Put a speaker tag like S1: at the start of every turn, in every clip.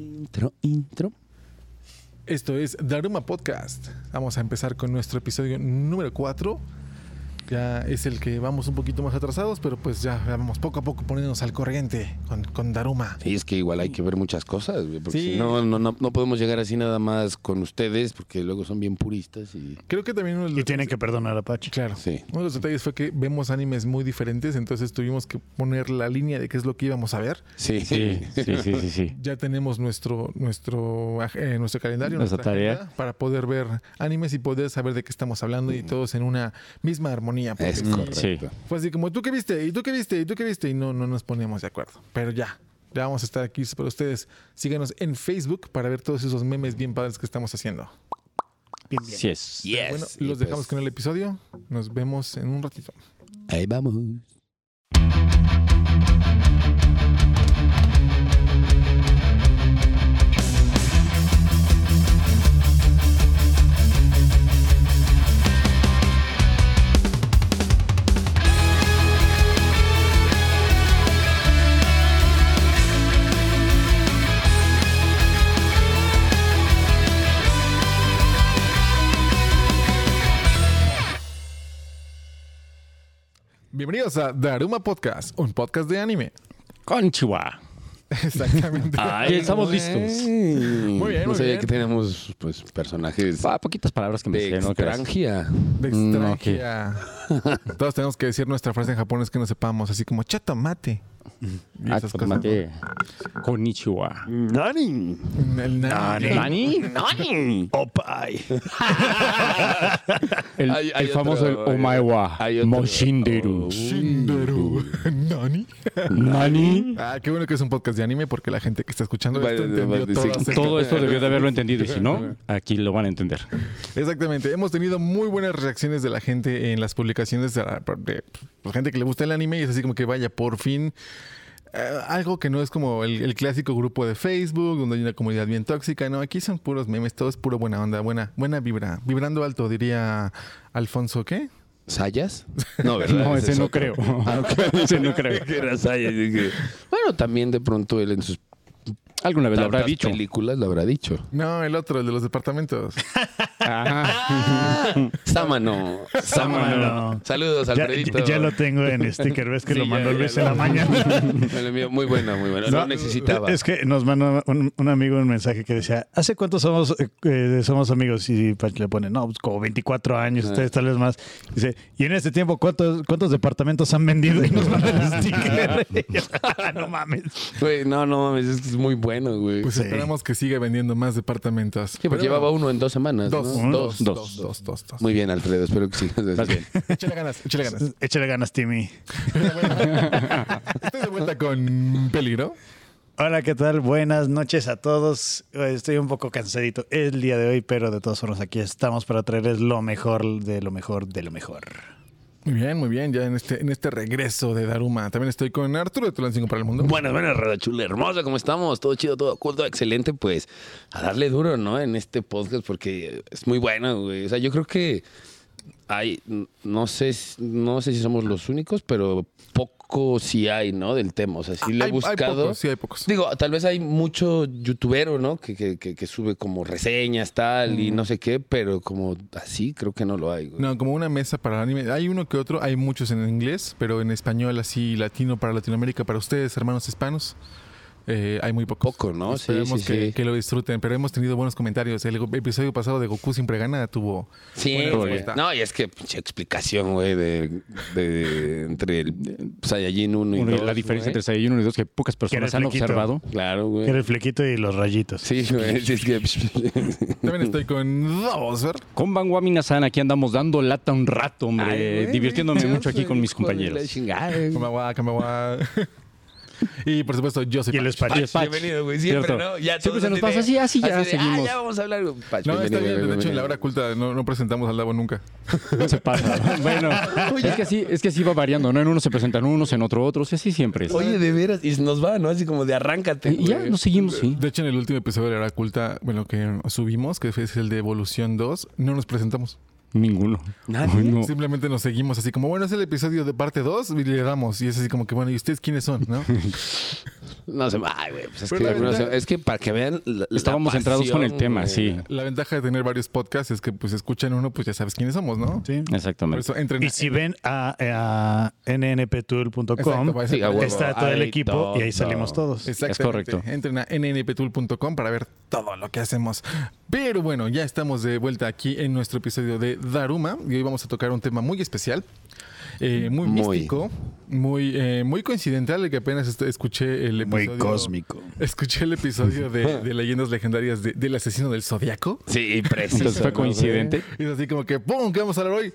S1: Intro, intro.
S2: Esto es Daruma Podcast. Vamos a empezar con nuestro episodio número 4. Ya es el que vamos un poquito más atrasados, pero pues ya vamos poco a poco poniéndonos al corriente con, con Daruma.
S3: Sí, es que igual hay que ver muchas cosas, güey, porque
S2: Sí.
S3: si no, no, no, no podemos llegar así nada más con ustedes, porque luego son bien puristas y...
S2: Creo que también uno de los
S4: Y tienen que perdonar a Pachi.
S2: Claro.
S3: Sí.
S2: Uno de los detalles fue que vemos animes muy diferentes, entonces tuvimos que poner la línea de qué es lo que íbamos a ver.
S3: Sí,
S5: Sí, sí, sí, sí, sí.
S2: Ya tenemos nuestro nuestro aj- eh, nuestro calendario,
S5: Nuestra tarea.
S2: agenda para poder ver animes y poder saber de qué estamos hablando y todos en una misma armonía. porque
S3: Es
S5: Mm,
S2: sí,
S3: correcto.
S2: Fue así como tú qué viste, y tú qué viste, y tú qué viste, y no, no nos poníamos de acuerdo. Pero ya, ya vamos a estar aquí para ustedes. Síganos en Facebook para ver todos esos memes bien padres que estamos haciendo.
S4: Bien, bien.
S5: Sí es.
S3: Yes.
S2: Bueno,
S3: Y
S2: los dejamos
S3: pues,
S2: con el episodio. Nos vemos en un ratito.
S3: Ahí vamos.
S2: Bienvenidos a Daruma Podcast, un podcast de anime.
S5: Conchiwa.
S2: Exactamente.
S5: Ahí estamos listos.
S2: Muy
S3: Muy
S2: bien, muy
S3: bien, Pues, No sabía
S2: bien.
S3: que tenemos pues, personajes
S5: Ah, poquitas palabras que me
S3: de
S5: sé, ¿no? creas.
S3: extranjía.
S2: De
S5: Mm, ok.
S2: extranjera. Todos tenemos que decir nuestra frase en japonés que no sepamos, así como chatamate. Y
S5: Ah,
S2: esas cosas.
S5: tomate. Konnichiwa.
S3: Nani.
S2: El nani.
S5: ¿Nani?
S3: Nani.
S4: Opay.
S5: El,
S3: Hay- hay
S5: el famoso el
S3: otro, hay-
S5: Omaewa.
S3: hay otro.
S5: Moshinderu.
S2: Oh. Shinderu. Nani.
S5: ¿Nani?
S2: Ah, qué bueno que es un podcast de anime porque la gente que está escuchando
S3: Vale,
S2: esto
S3: vale,
S2: entendió
S3: sí.
S2: todo acerca
S5: Todo
S2: de-
S5: esto debió de haberlo entendido y si no, aquí lo van a entender.
S2: Exactamente. Hemos tenido muy buenas reacciones de la gente en las publicaciones de la, de la gente que le gusta el anime y es así como que vaya, por fin. eh, algo que no es como el, el clásico grupo de Facebook, donde hay una comunidad bien tóxica. No, aquí son puros memes, todo es puro buena onda, buena, buena vibra. Vibrando alto, diría Alfonso, ¿qué?
S3: ¿Sayas? No, ¿verdad?
S5: No, ese
S3: es
S5: no
S3: otro.
S5: creo. Ese no creo.
S3: Que era Sayas, dije. Bueno, también de pronto él en sus
S5: Alguna vez lo habrá
S3: tantas
S5: dicho.
S3: películas lo habrá dicho.
S2: No, el otro, el de los departamentos.
S5: Ajá.
S3: Sámano.
S4: Sámano.
S3: Saludos,
S4: Ya,
S3: Alfredito.
S4: ya lo tengo en sticker, ves que
S3: Sí,
S4: lo
S3: ya,
S4: mandó
S3: ya
S4: Luis
S3: lo-
S4: en la mañana.
S3: Me lo envió. Muy bueno, muy bueno.
S4: No,
S3: lo necesitaba.
S4: Es que nos mandó un, un amigo un mensaje que decía, ¿hace cuánto somos, eh, eh, somos amigos? Y Pachi le pone, no, pues como 24 años,
S3: Ah.
S4: ustedes tal vez más. Dice, ¿y en este tiempo cuántos, cuántos departamentos han vendido? Y nos mandó el sticker. Y yo, "Ah, no mames.
S3: Güey, no, no mames, es que es muy bueno, güey.
S2: Pues
S4: Sí.
S2: esperamos que siga vendiendo más departamentos.
S3: Sí, porque
S2: Pero-
S3: llevaba uno en dos semanas.
S2: Dos,
S3: ¿no?
S4: Dos.
S2: dos, dos, dos, dos, dos.
S3: Muy bien, Alfredo, espero que sigas así.
S5: Estás bien.
S2: Échale ganas, échale ganas.
S4: Échale ganas, Timmy.
S2: Estoy de vuelta con Peligro.
S4: Hola, ¿qué tal? Buenas noches a todos. Eh, Estoy un poco cansadito el día de hoy, pero de todas formas aquí estamos para traerles lo mejor de lo mejor de lo mejor.
S2: Muy bien, muy bien. Ya en este, en este regreso de Daruma. También estoy con Arturo de Tulan 5 para el Mundo.
S3: Buenas, buenas, Rada Chula, hermosa, ¿cómo estamos? Todo chido, todo culto, excelente, pues a darle duro, ¿no? En este podcast, porque es muy bueno, güey. O sea, yo creo que hay, no sé, si- no sé si somos los únicos, pero poco sí hay, ¿no? Del tema, o sea, sí le he
S2: Ah, Hay- hay
S3: buscado.
S2: pocos, sí, hay pocos.
S3: Digo, tal vez hay mucho youtubero, ¿no? Que, que, que- que sube como reseñas, tal, y no sé qué, pero como así creo que no lo hay, güey.
S2: No, como una mesa para anime. Hay uno que otro, hay muchos en inglés, pero en español así, latino para Latinoamérica, para ustedes, hermanos hispanos. eh, hay muy pocos.
S3: Poco, ¿no? Sí,
S2: Esperemos
S3: sí,
S2: que,
S3: sí.
S2: que lo disfruten, pero hemos tenido buenos comentarios. El episodio pasado de Goku siempre gana tuvo.
S3: Sí,
S2: buena
S3: güey.
S2: respuesta.
S3: no, y es que pinche explicación, güey, de, de- entre el Saiyajin 1 y
S5: Uno,
S3: 2.
S5: la diferencia
S3: güey.
S5: entre Saiyajin 1 y 2 que pocas personas
S4: Quieres
S5: han
S4: flequito.
S5: observado.
S3: Claro,
S4: Que era
S3: güey.
S4: el flequito y los rayitos.
S3: Sí, güey. sí, es que... pues,
S2: También estoy con Dosfer.
S5: Con Bangua Minasan, aquí andamos dando lata un rato,
S3: Ay,
S5: hombre.
S3: güey,
S5: divirtiéndome
S3: yo
S5: mucho aquí
S3: soy
S5: con mis
S3: hijo de la
S5: compañeros.
S3: chingada, güey.
S2: Kamawa, Kamawa. y por supuesto, yo soy
S4: Y el
S2: Paco.
S4: español.
S5: Pach.
S3: Bienvenido, güey. Siempre,
S5: Cierto.
S3: ¿no? Ya
S5: Siempre
S3: todos
S5: se nos pasa
S3: de-
S5: así, así ya
S3: de, Ah,
S5: seguimos.
S3: ya vamos a hablar. güey. Pach,
S2: No, está
S3: bienvenido,
S2: bien. De
S3: bienvenido.
S2: hecho, en la hora culta no, no presentamos al Dabo nunca.
S5: Se pasa. Bueno, es que, así, es que así va variando, ¿no? En uno se presentan unos, en otro otros, y así siempre. es.
S3: Oye, de veras. Y nos va, ¿no? Así como de arráncate,
S5: y ya
S3: güey.
S5: nos seguimos, sí.
S2: De hecho, en el último episodio de la hora culta, bueno, que subimos, que es el de Evolución 2, no nos presentamos.
S5: Ninguno.
S3: ¿Nadie?
S5: Ay, no.
S2: Simplemente nos seguimos así como, bueno, es el episodio de parte 2 y le damos. Y es así como que, bueno, ¿y ustedes quiénes son? ¿No?
S3: No sé, ay, güey, pues es,
S2: Pero
S3: que
S2: la
S3: algunos-
S2: verdad-
S3: es que para que vean. la- la
S5: Estábamos centrados con el
S3: pasión,
S5: tema,
S3: güey.
S5: sí.
S2: La ventaja de tener varios podcasts es que pues escuchan uno, pues ya sabes quiénes somos, ¿no?
S4: Sí.
S2: Por
S5: Exactamente.
S2: eso entren.
S4: Y si ven a, a nnptool.com,
S2: Exacto, va a
S3: Sí, a huevo.
S4: está todo el
S3: Ahí
S4: equipo y ahí
S3: todo.
S4: salimos todos.
S2: Exactamente.
S5: Es correcto.
S2: Entren a nnptool.com para ver todo lo que hacemos. Pero bueno, ya estamos de vuelta aquí en nuestro episodio de Daruma y hoy vamos a tocar un tema muy especial, eh, muy,
S3: Muy.
S2: místico, muy, eh, muy coincidental de que apenas est- escuché el
S4: Muy
S2: episodio.
S4: cósmico.
S2: Escuché el episodio de, de Leyendas Legendarias de- del Asesino del Zodiaco.
S3: Sí, preciso.
S5: Entonces fue
S3: ¿no,
S5: coincidente.
S2: Y es así como que ¡pum! ¿Qué vamos a hablar hoy?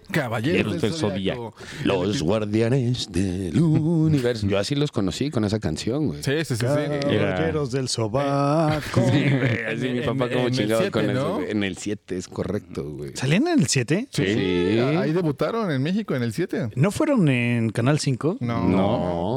S5: Caballeros
S2: Caballeros del
S5: del Zodiaco.
S2: Zodiaco.
S3: güey? Los guardianes del universo. Yo así los conocí con esa canción, güey.
S2: Sí, sí, sí. sí.
S4: Caballeros del sobaco.
S3: Sí, güey, así mi
S2: En-
S3: papá
S2: en- en
S3: como
S2: el
S3: chingado
S2: siete,
S3: con
S2: ¿no?
S3: eso. güey. En el 7 es correcto, güey.
S4: ¿Salían en el 7?
S2: Sí,
S3: Sí.
S2: Ahí debutaron en México en el 7.
S4: ¿No fueron en Canal 5?
S2: No.
S3: No.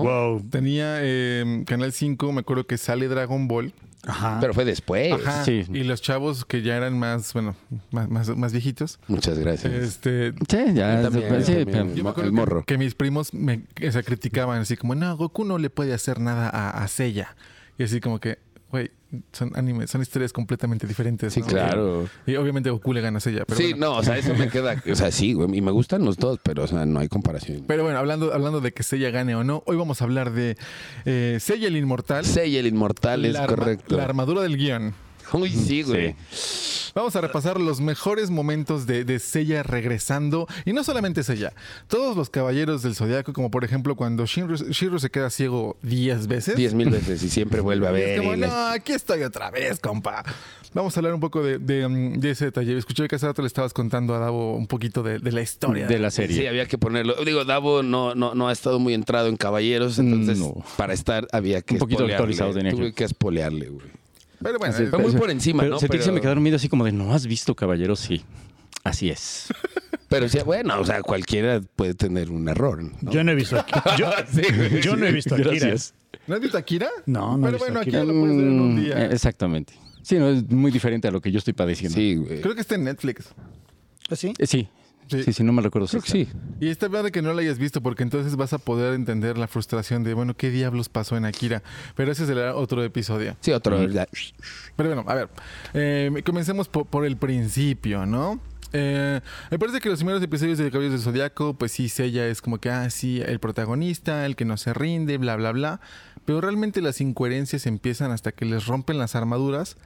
S4: Wow.
S2: Tenía eh, Canal 5, me acuerdo que sale Dragon Ball.
S4: Ajá.
S3: Pero fue después.
S2: Ajá.
S5: sí.
S2: Y los chavos que ya eran más, bueno, más, más, más viejitos.
S3: Muchas gracias.
S2: Este.
S5: Sí,
S3: Yo
S5: ya.
S3: también, yo
S5: sí,
S3: también.
S5: pero-
S2: Yo me
S3: mo-
S2: acuerdo
S3: el
S2: que-
S3: morro.
S2: Que, mis primos me o sea, criticaban así como, no, Goku no le puede hacer nada a, a Seiya. Y así como que, güey, son animes, son historias completamente diferentes.
S3: Sí,
S2: ¿no?
S3: claro.
S2: Y obviamente Goku le gana a Seiya. Pero
S3: sí,
S2: bueno.
S3: no, o sea, eso me queda. O sea, sí, güey. Y me gustan los dos, pero, o sea, no hay comparación.
S2: Pero bueno, hablando, hablando de que Seiya gane o no, hoy vamos a hablar de eh, Seiya el Inmortal.
S3: Sei el inmortal es
S2: la arma-
S3: correcto.
S2: La armadura del guión.
S3: Uy, sí, güey.
S2: Vamos a repasar los mejores momentos de, de Seiya regresando. Y no solamente Seiya. Todos los caballeros del zodiaco, como por ejemplo cuando Shinru, Shinru se queda ciego 10 veces.
S3: Diez mil veces y siempre vuelve a
S2: Y es
S3: ver.
S2: como,
S3: y la-
S2: no, aquí estoy otra vez, compa. Vamos a hablar un poco de, de, mm, de ese detalle. Escuché que hace rato le estabas contando a Davo un poquito de, de la historia.
S5: De la
S3: Sí,
S5: serie.
S3: había que ponerlo. Digo, Davo no, no, no ha estado muy entrado en caballeros, entonces
S5: No.
S3: para estar había que
S5: Un poquito
S3: espolearle.
S5: actualizado tenía que-
S3: Tuve que espolearle, güey.
S2: Pero bueno,
S5: Así
S2: eh,
S3: Fue muy
S5: Pero-
S3: por encima,
S5: pero
S3: ¿no?
S5: Cetrix se
S3: Pero-
S5: me quedó dormido así como de, ¿no has visto Caballeros? Sí. Así es.
S3: Pero sí, bueno, o sea, cualquiera puede tener un error. ¿no?
S4: Yo no he visto aquí. Yo, yo no he visto aquí.
S5: Gracias.
S2: ¿no has visto Akira?
S4: No, no he
S2: Pero
S4: visto
S2: bueno, aquí
S4: Akira.
S2: lo puedes ver en un día.
S5: Mm, Exactamente. Sí, no, es muy diferente a lo que yo estoy padeciendo.
S3: Sí, güey.
S2: Creo que está en Netflix.
S4: ¿Ah, ¿Sí?
S5: Eh, sí.
S2: Sí.
S5: Sí, sí, no me recuerdo.
S3: Creo que sí.
S2: Y está padre que no la hayas visto porque entonces vas a poder entender la frustración de, bueno, ¿qué diablos pasó en Akira? Pero ese será otro episodio.
S3: Sí, otro. la-
S2: Pero bueno, a ver, eh, comencemos po- por, el principio, ¿no? Eh, me parece que los primeros episodios de Caballeros del Zodiaco, pues sí, Sella es como que, ah, sí, el protagonista, el que no se rinde, bla, bla, bla. Pero realmente las incoherencias empiezan hasta que les rompen las armaduras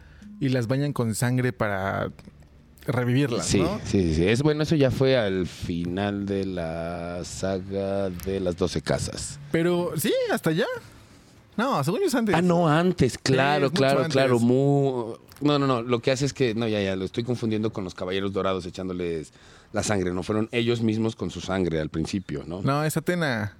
S2: y las bañan con sangre para revivirlas,
S3: Sí,
S2: ¿no?
S3: sí, sí, sí. Es bueno, eso ya fue al final de la saga de las 12 casas.
S2: Pero sí, hasta allá. No, según yo es antes.
S3: Ah, no, antes, claro,
S2: mucho
S3: claro,
S2: antes.
S3: claro. Mu- No, no, no. Lo que hace es que. No, ya, ya. Lo estoy confundiendo con los caballeros dorados echándoles la sangre. No fueron ellos mismos con su sangre al principio, ¿no?
S2: No, es Atena.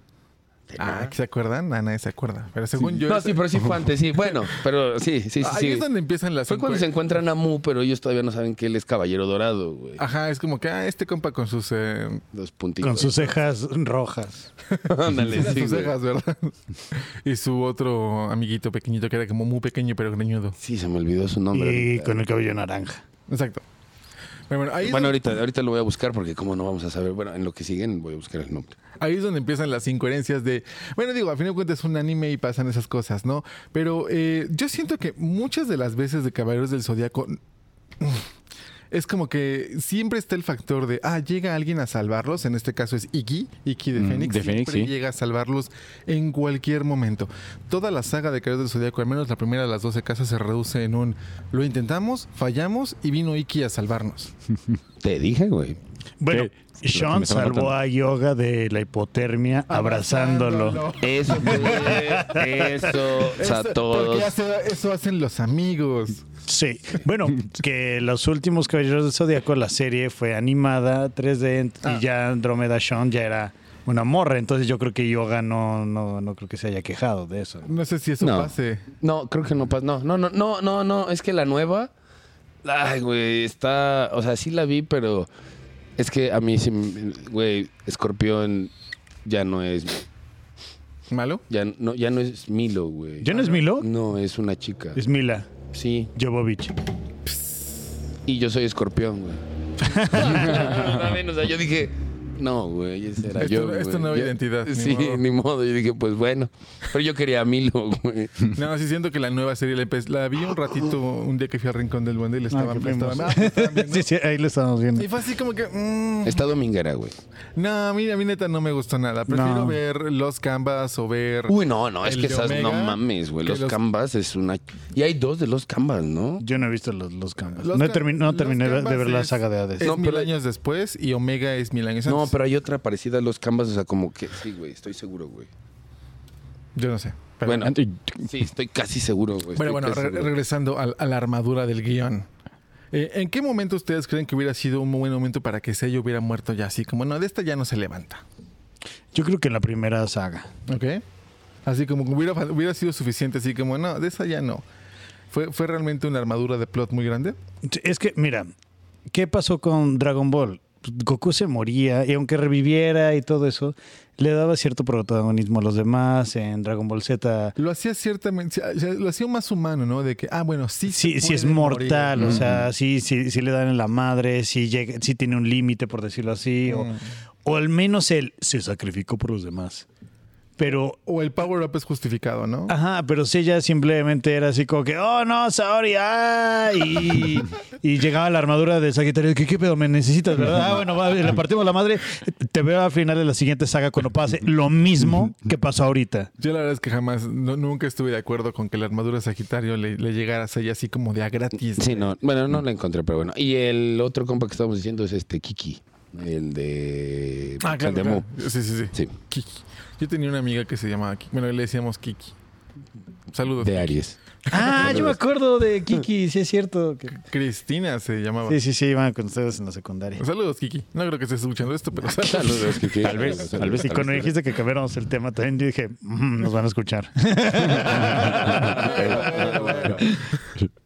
S2: Ah, ¿que ¿se acuerdan? Ah, nadie se acuerda. Pero según yo.
S3: No,
S2: es-
S3: sí, pero sí fue antes, sí. Bueno, pero sí, sí, sí.
S2: Ahí
S3: sí.
S2: es donde empiezan las
S3: Fue cuando se
S2: encuestas.
S3: encuentran a Mu, pero ellos todavía no saben que él es caballero dorado, güey.
S2: Ajá, es como que ah, este compa con sus eh,
S3: Dos puntitos.
S4: Con sus cejas rojas.
S3: Ándale,
S2: eran
S3: sí,
S2: sus
S3: güey.
S2: cejas, ¿verdad? y su otro amiguito pequeñito que era como muy pequeño pero greñudo.
S3: Sí, se me olvidó su nombre.
S4: Y
S3: ahorita.
S4: con el cabello naranja.
S2: Exacto. Pero bueno, ahí, es
S3: Bueno,
S2: donde,
S3: ahorita, ahorita lo voy a buscar porque como no vamos a saber, bueno, en lo que siguen voy a buscar el nombre.
S2: ahí es donde empiezan las incoherencias de. Bueno, digo, al fin de cuentas es un anime y pasan esas cosas, ¿no? Pero eh, yo siento que muchas de las veces de Caballeros del Zodiaco. mm, Es como que siempre está el factor de, ah, llega alguien a salvarlos, en este caso es Iki, Iki de
S5: Mm,
S2: Fénix,
S5: de Fénix,
S2: siempre
S5: sí.
S2: llega a salvarlos en cualquier momento. Toda la saga de Caballeros del Zodíaco, al menos la primera de las 12 casas, se reduce en un, lo intentamos, fallamos y vino Iki a salvarnos.
S3: Te dije, güey.
S4: Bueno,
S5: Sí, lo que me
S4: Sean
S5: estaba
S4: salvó
S5: matando.
S4: a Yoga de la hipotermia abrazándolo.
S3: Eso, fue- eso, o sea,
S2: Eso-
S3: todos.
S2: Porque hace- eso hacen los amigos.
S4: Sí. Bueno, que los últimos Caballeros del Zodíaco, la serie fue animada 3D ent-
S2: Ah.
S4: y ya Andrómeda Sean ya era una morra. Entonces yo creo que Yoga no, no, no creo que se haya quejado de eso.
S2: No sé si eso
S3: No.
S2: pase.
S3: No, creo que no pasa. No, no, no, no, no, no. Es que la nueva. Ay, güey, está. O sea, sí la vi, pero. Es que a mí, sí me- güey, Escorpión ya no es.
S2: ¿Malo?
S3: Ya no, ya no es Milo, güey.
S4: ¿Ya no es Milo?
S3: No, es una chica.
S4: Es Mila
S3: Sí.
S4: Ah, Jovovich.
S3: Y yo soy Escorpión, güey. También, o sea, yo dije, no, güey, ese era
S2: Esto-
S3: yo. güey.
S2: esto no es
S3: Yo-
S2: identidad, ni
S3: Sí,
S2: modo.
S3: ni modo. Yo dije, pues bueno. Pero yo quería a Milo, güey.
S2: No, sí siento que la nueva serie la, empe- la vi
S4: Ah,
S2: un ratito
S4: oh.
S2: un día que fui al Rincón del Duende y la estaban, la estaban- ah, la estaban viendo.
S4: Sí, sí, ahí lo estamos viendo.
S2: Y fue así como que... mm,
S3: Está dominguera, güey.
S2: no, mira, a mí neta no me gustó nada. Prefiero
S4: No. Uh,
S2: ver Los Canvas o ver...
S3: Uy, no, no, es
S2: El
S3: que
S2: de
S3: esas no
S2: Omega,
S3: mames, güey.
S2: que
S3: Los,
S2: los-
S3: Canvas es una. Y hay dos de los Canvas, ¿no?
S4: Yo no he visto los, los Canvas.
S2: Los
S4: no, he
S2: Ca-
S4: termi- no
S2: Los
S4: terminé de- de
S2: Canvas
S4: ver la
S2: es-
S4: saga de Hades.
S2: Es
S3: No,
S2: mil
S3: pero-
S2: años después y Omega es mil años antes.
S3: No, pero hay otra parecida a los Canvas, o sea, como que. Sí, güey, estoy seguro, güey.
S2: Yo no sé. Pero bueno,
S3: Bueno, sí, estoy casi seguro, güey.
S2: bueno,
S3: estoy casi
S2: re-
S3: seguro.
S2: regresando al- a, la armadura del guión. Eh, ¿En qué momento ustedes creen que hubiera sido un buen momento para que Sello hubiera muerto ya así? Como, no, de esta ya no se levanta.
S4: Yo creo que en la primera saga.
S2: ¿Ok? Así como que hubiera, hubiera sido suficiente, así como, no, de esa ya no. ¿Fue, ¿Fue realmente una armadura de plot muy grande?
S4: Es que, mira, ¿qué pasó con Dragon Ball? Goku se moría y aunque reviviera y todo eso, le daba cierto protagonismo a los demás en Dragon Ball Z.
S2: Lo hacía ciertamente, o sea, lo hacía más humano, ¿no? De que, ah, bueno, sí. se
S4: Sí, sí es
S2: puede
S4: mortal,
S2: morir.
S4: o sea, sí, sí, sí le dan en la madre, sí, llega, sí tiene un límite, por decirlo así, o, o al menos él se sacrificó por los demás. Pero
S2: O el power-up es justificado, ¿no?
S4: Ajá, pero si ella simplemente era así como que, oh no, Saori, ah, y, y llegaba la armadura de Sagitario, que qué pedo, me necesitas, ¿verdad? Ah, bueno, va, le partimos la madre, te veo al final de la siguiente saga cuando pase lo mismo que pasó ahorita.
S2: Yo la verdad es que jamás, no- nunca estuve de acuerdo con que la armadura de Sagitario le, le llegara a Seiya así como de a gratis.
S3: Sí, no. Bueno, no la encontré, pero bueno. Y el otro compa que estábamos diciendo es este Kiki, el de.
S2: Ah, claro,
S3: el de
S2: claro.
S3: Mu.
S2: Sí, sí, sí,
S3: Sí,
S2: Kiki. Yo tenía una amiga que se llamaba Kiki. Bueno, le decíamos Kiki. Saludos.
S3: de Aries.
S4: Ah, yo me acuerdo de Kiki, sí es cierto. que-
S2: Cristina se llamaba.
S4: Sí, sí, sí, iban con ustedes en la secundaria.
S2: Saludos, Kiki. No creo que estés escuchando esto, pero
S3: Saludos, Kiki.
S4: Tal vez,
S3: Saludos,
S4: Y
S3: tal
S4: cuando
S3: vez.
S4: dijiste que cambiáramos el tema, también yo dije, "Mm, nos van a escuchar.
S2: Bueno, bueno.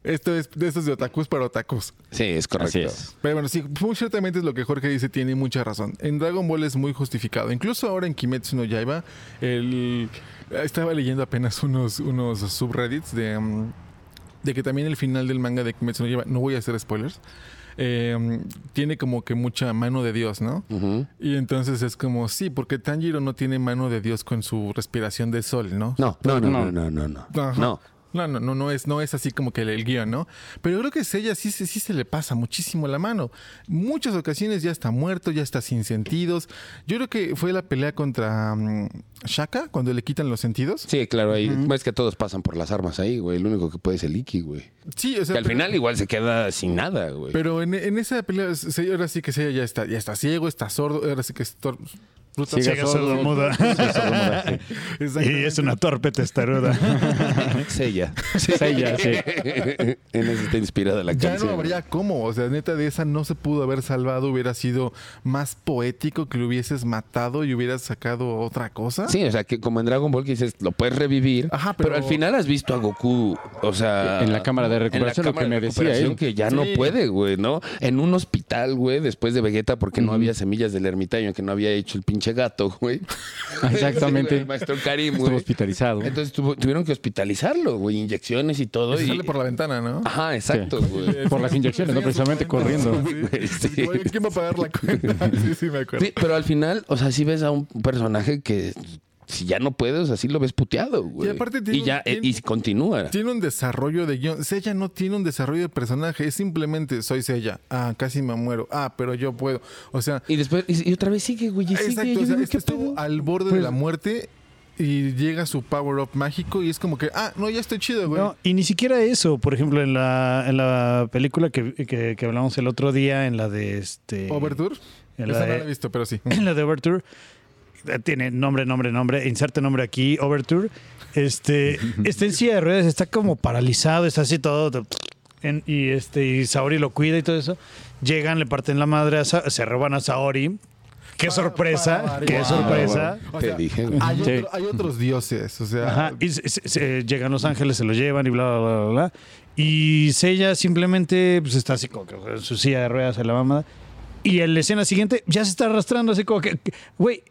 S2: Esto es, esto es de otakus para otakus.
S3: Sí, es correcto.
S5: Así es.
S2: Pero bueno, sí, muy ciertamente es lo que Jorge dice, tiene mucha razón. En Dragon Ball es muy justificado. Incluso ahora en Kimetsu no Yaiba, el, estaba leyendo apenas unos, unos subreddits de, mm, de que también el final del manga de Kimetsu no Yaiba, no voy a hacer spoilers, eh, mm, tiene como que mucha mano de Dios, ¿no?
S3: Ujú.
S2: Y entonces es como, sí, porque Tanjiro no tiene mano de Dios con su respiración de sol, ¿no?
S3: No, no, no, no,
S5: No.
S3: no, no. No.
S2: Ajá.
S3: no.
S2: No, no, no, no es, no es así como que el, el guión, ¿no? Pero yo creo que Sella sí, se- sí se le pasa muchísimo la mano. Muchas ocasiones ya está muerto, ya está sin sentidos. Yo creo que fue la pelea contra mm, Shaka, cuando le quitan los sentidos.
S3: Sí, claro, ahí. Es que todos pasan por las armas ahí, güey. El único que puede es el Iki, güey.
S2: Sí, o sea.
S3: Que al
S2: pero-
S3: final igual se queda sin nada, güey.
S2: Pero en, en esa pelea, se- ahora sí que Sella ya está, ya está ciego, está sordo, ahora sí que es tor- bruta-
S5: Sigue
S4: Llega sordomuda. Y
S2: Exactamente.
S4: es una torpe testaruda.
S3: Sella.
S5: Sella, sí.
S3: en eso está inspirada la
S2: Ya
S3: canción.
S2: no habría cómo, o sea, neta de esa no se pudo haber salvado, hubiera sido más poético que lo hubieses matado y hubieras sacado otra cosa.
S3: Sí, o sea, que como en Dragon Ball que dices, lo puedes revivir,
S2: Ajá,
S3: pero...
S2: pero-
S3: al final has visto a Goku, o sea...
S5: En la cámara de
S3: en la
S5: recuperación, lo
S3: cámara
S5: que me
S3: de
S5: decía
S3: recuperación
S5: él.
S3: que ya no
S2: Sí.
S3: puede, güey, ¿no? En un hospital, güey, después de Vegeta, porque no había semillas del ermitaño, que no había hecho el pinche gato, güey.
S5: Exactamente.
S3: Sí, güey, el maestro Karim,
S5: Estuvo
S3: güey.
S5: hospitalizado.
S3: Entonces tuvo- tuvieron que hospitalizarlo, güey, inyecciones y todo.
S2: Se
S3: Y... Ah,
S2: sale por la ventana, ¿no?
S3: Ajá, exacto, güey.
S5: Por las inyecciones, ¿no? Precisamente corriendo.
S2: Sí, sí.
S3: Sí.
S2: Oye, ¿Quién va a pagar la cuenta? Sí, sí, me acuerdo.
S3: Sí, pero al final, o sea, sí ves a un personaje que si ya no puedes, o sea, sí lo ves puteado, güey.
S2: Y aparte tiene
S3: Y ya,
S2: un-
S3: eh, y continúa.
S2: Tiene un desarrollo de guión. Sella no tiene un desarrollo de personaje. Es simplemente soy Sella. Ah, casi me muero. Ah, pero yo puedo. O sea,
S3: Y después, y, y otra vez sigue, güey. Y sigue,
S2: exacto.
S3: yo
S2: O sea,
S3: digo,
S2: este
S3: ¿qué
S2: estuvo
S3: pedo?
S2: al borde de la muerte y llega su power-up mágico y es como que, ah, no, ya estoy chido, güey.
S4: No, y ni siquiera eso. Por ejemplo, en la, en la película que, que- que hablamos el otro día, en la de este.
S2: Overture.
S4: En
S2: Esa
S4: la
S2: no la he
S4: de,
S2: visto, pero sí.
S4: en la de Overture. eh, Tiene nombre, nombre, nombre. Inserte nombre aquí. Overture. Este. está en silla de ruedas, está como paralizado, está así todo. de- en- y este. Y Saori lo cuida y todo eso. Llegan, le parten la madre a Sa- se roban a Saori. Qué sorpresa.
S2: para
S4: qué
S2: variar.
S5: Ah,
S4: sorpresa.
S2: O
S3: Te
S2: sea, ah,
S3: dije, güey.
S2: Hay,
S5: Sí.
S2: otro- hay otros dioses, o sea,
S4: Ajá, y se- se- se- llegan los ángeles, se lo llevan y bla, bla, bla, bla, bla. Y Sella simplemente pues, está así como que en su silla de ruedas en la mamada. Y en la escena siguiente ya se está arrastrando así como que, que- güey,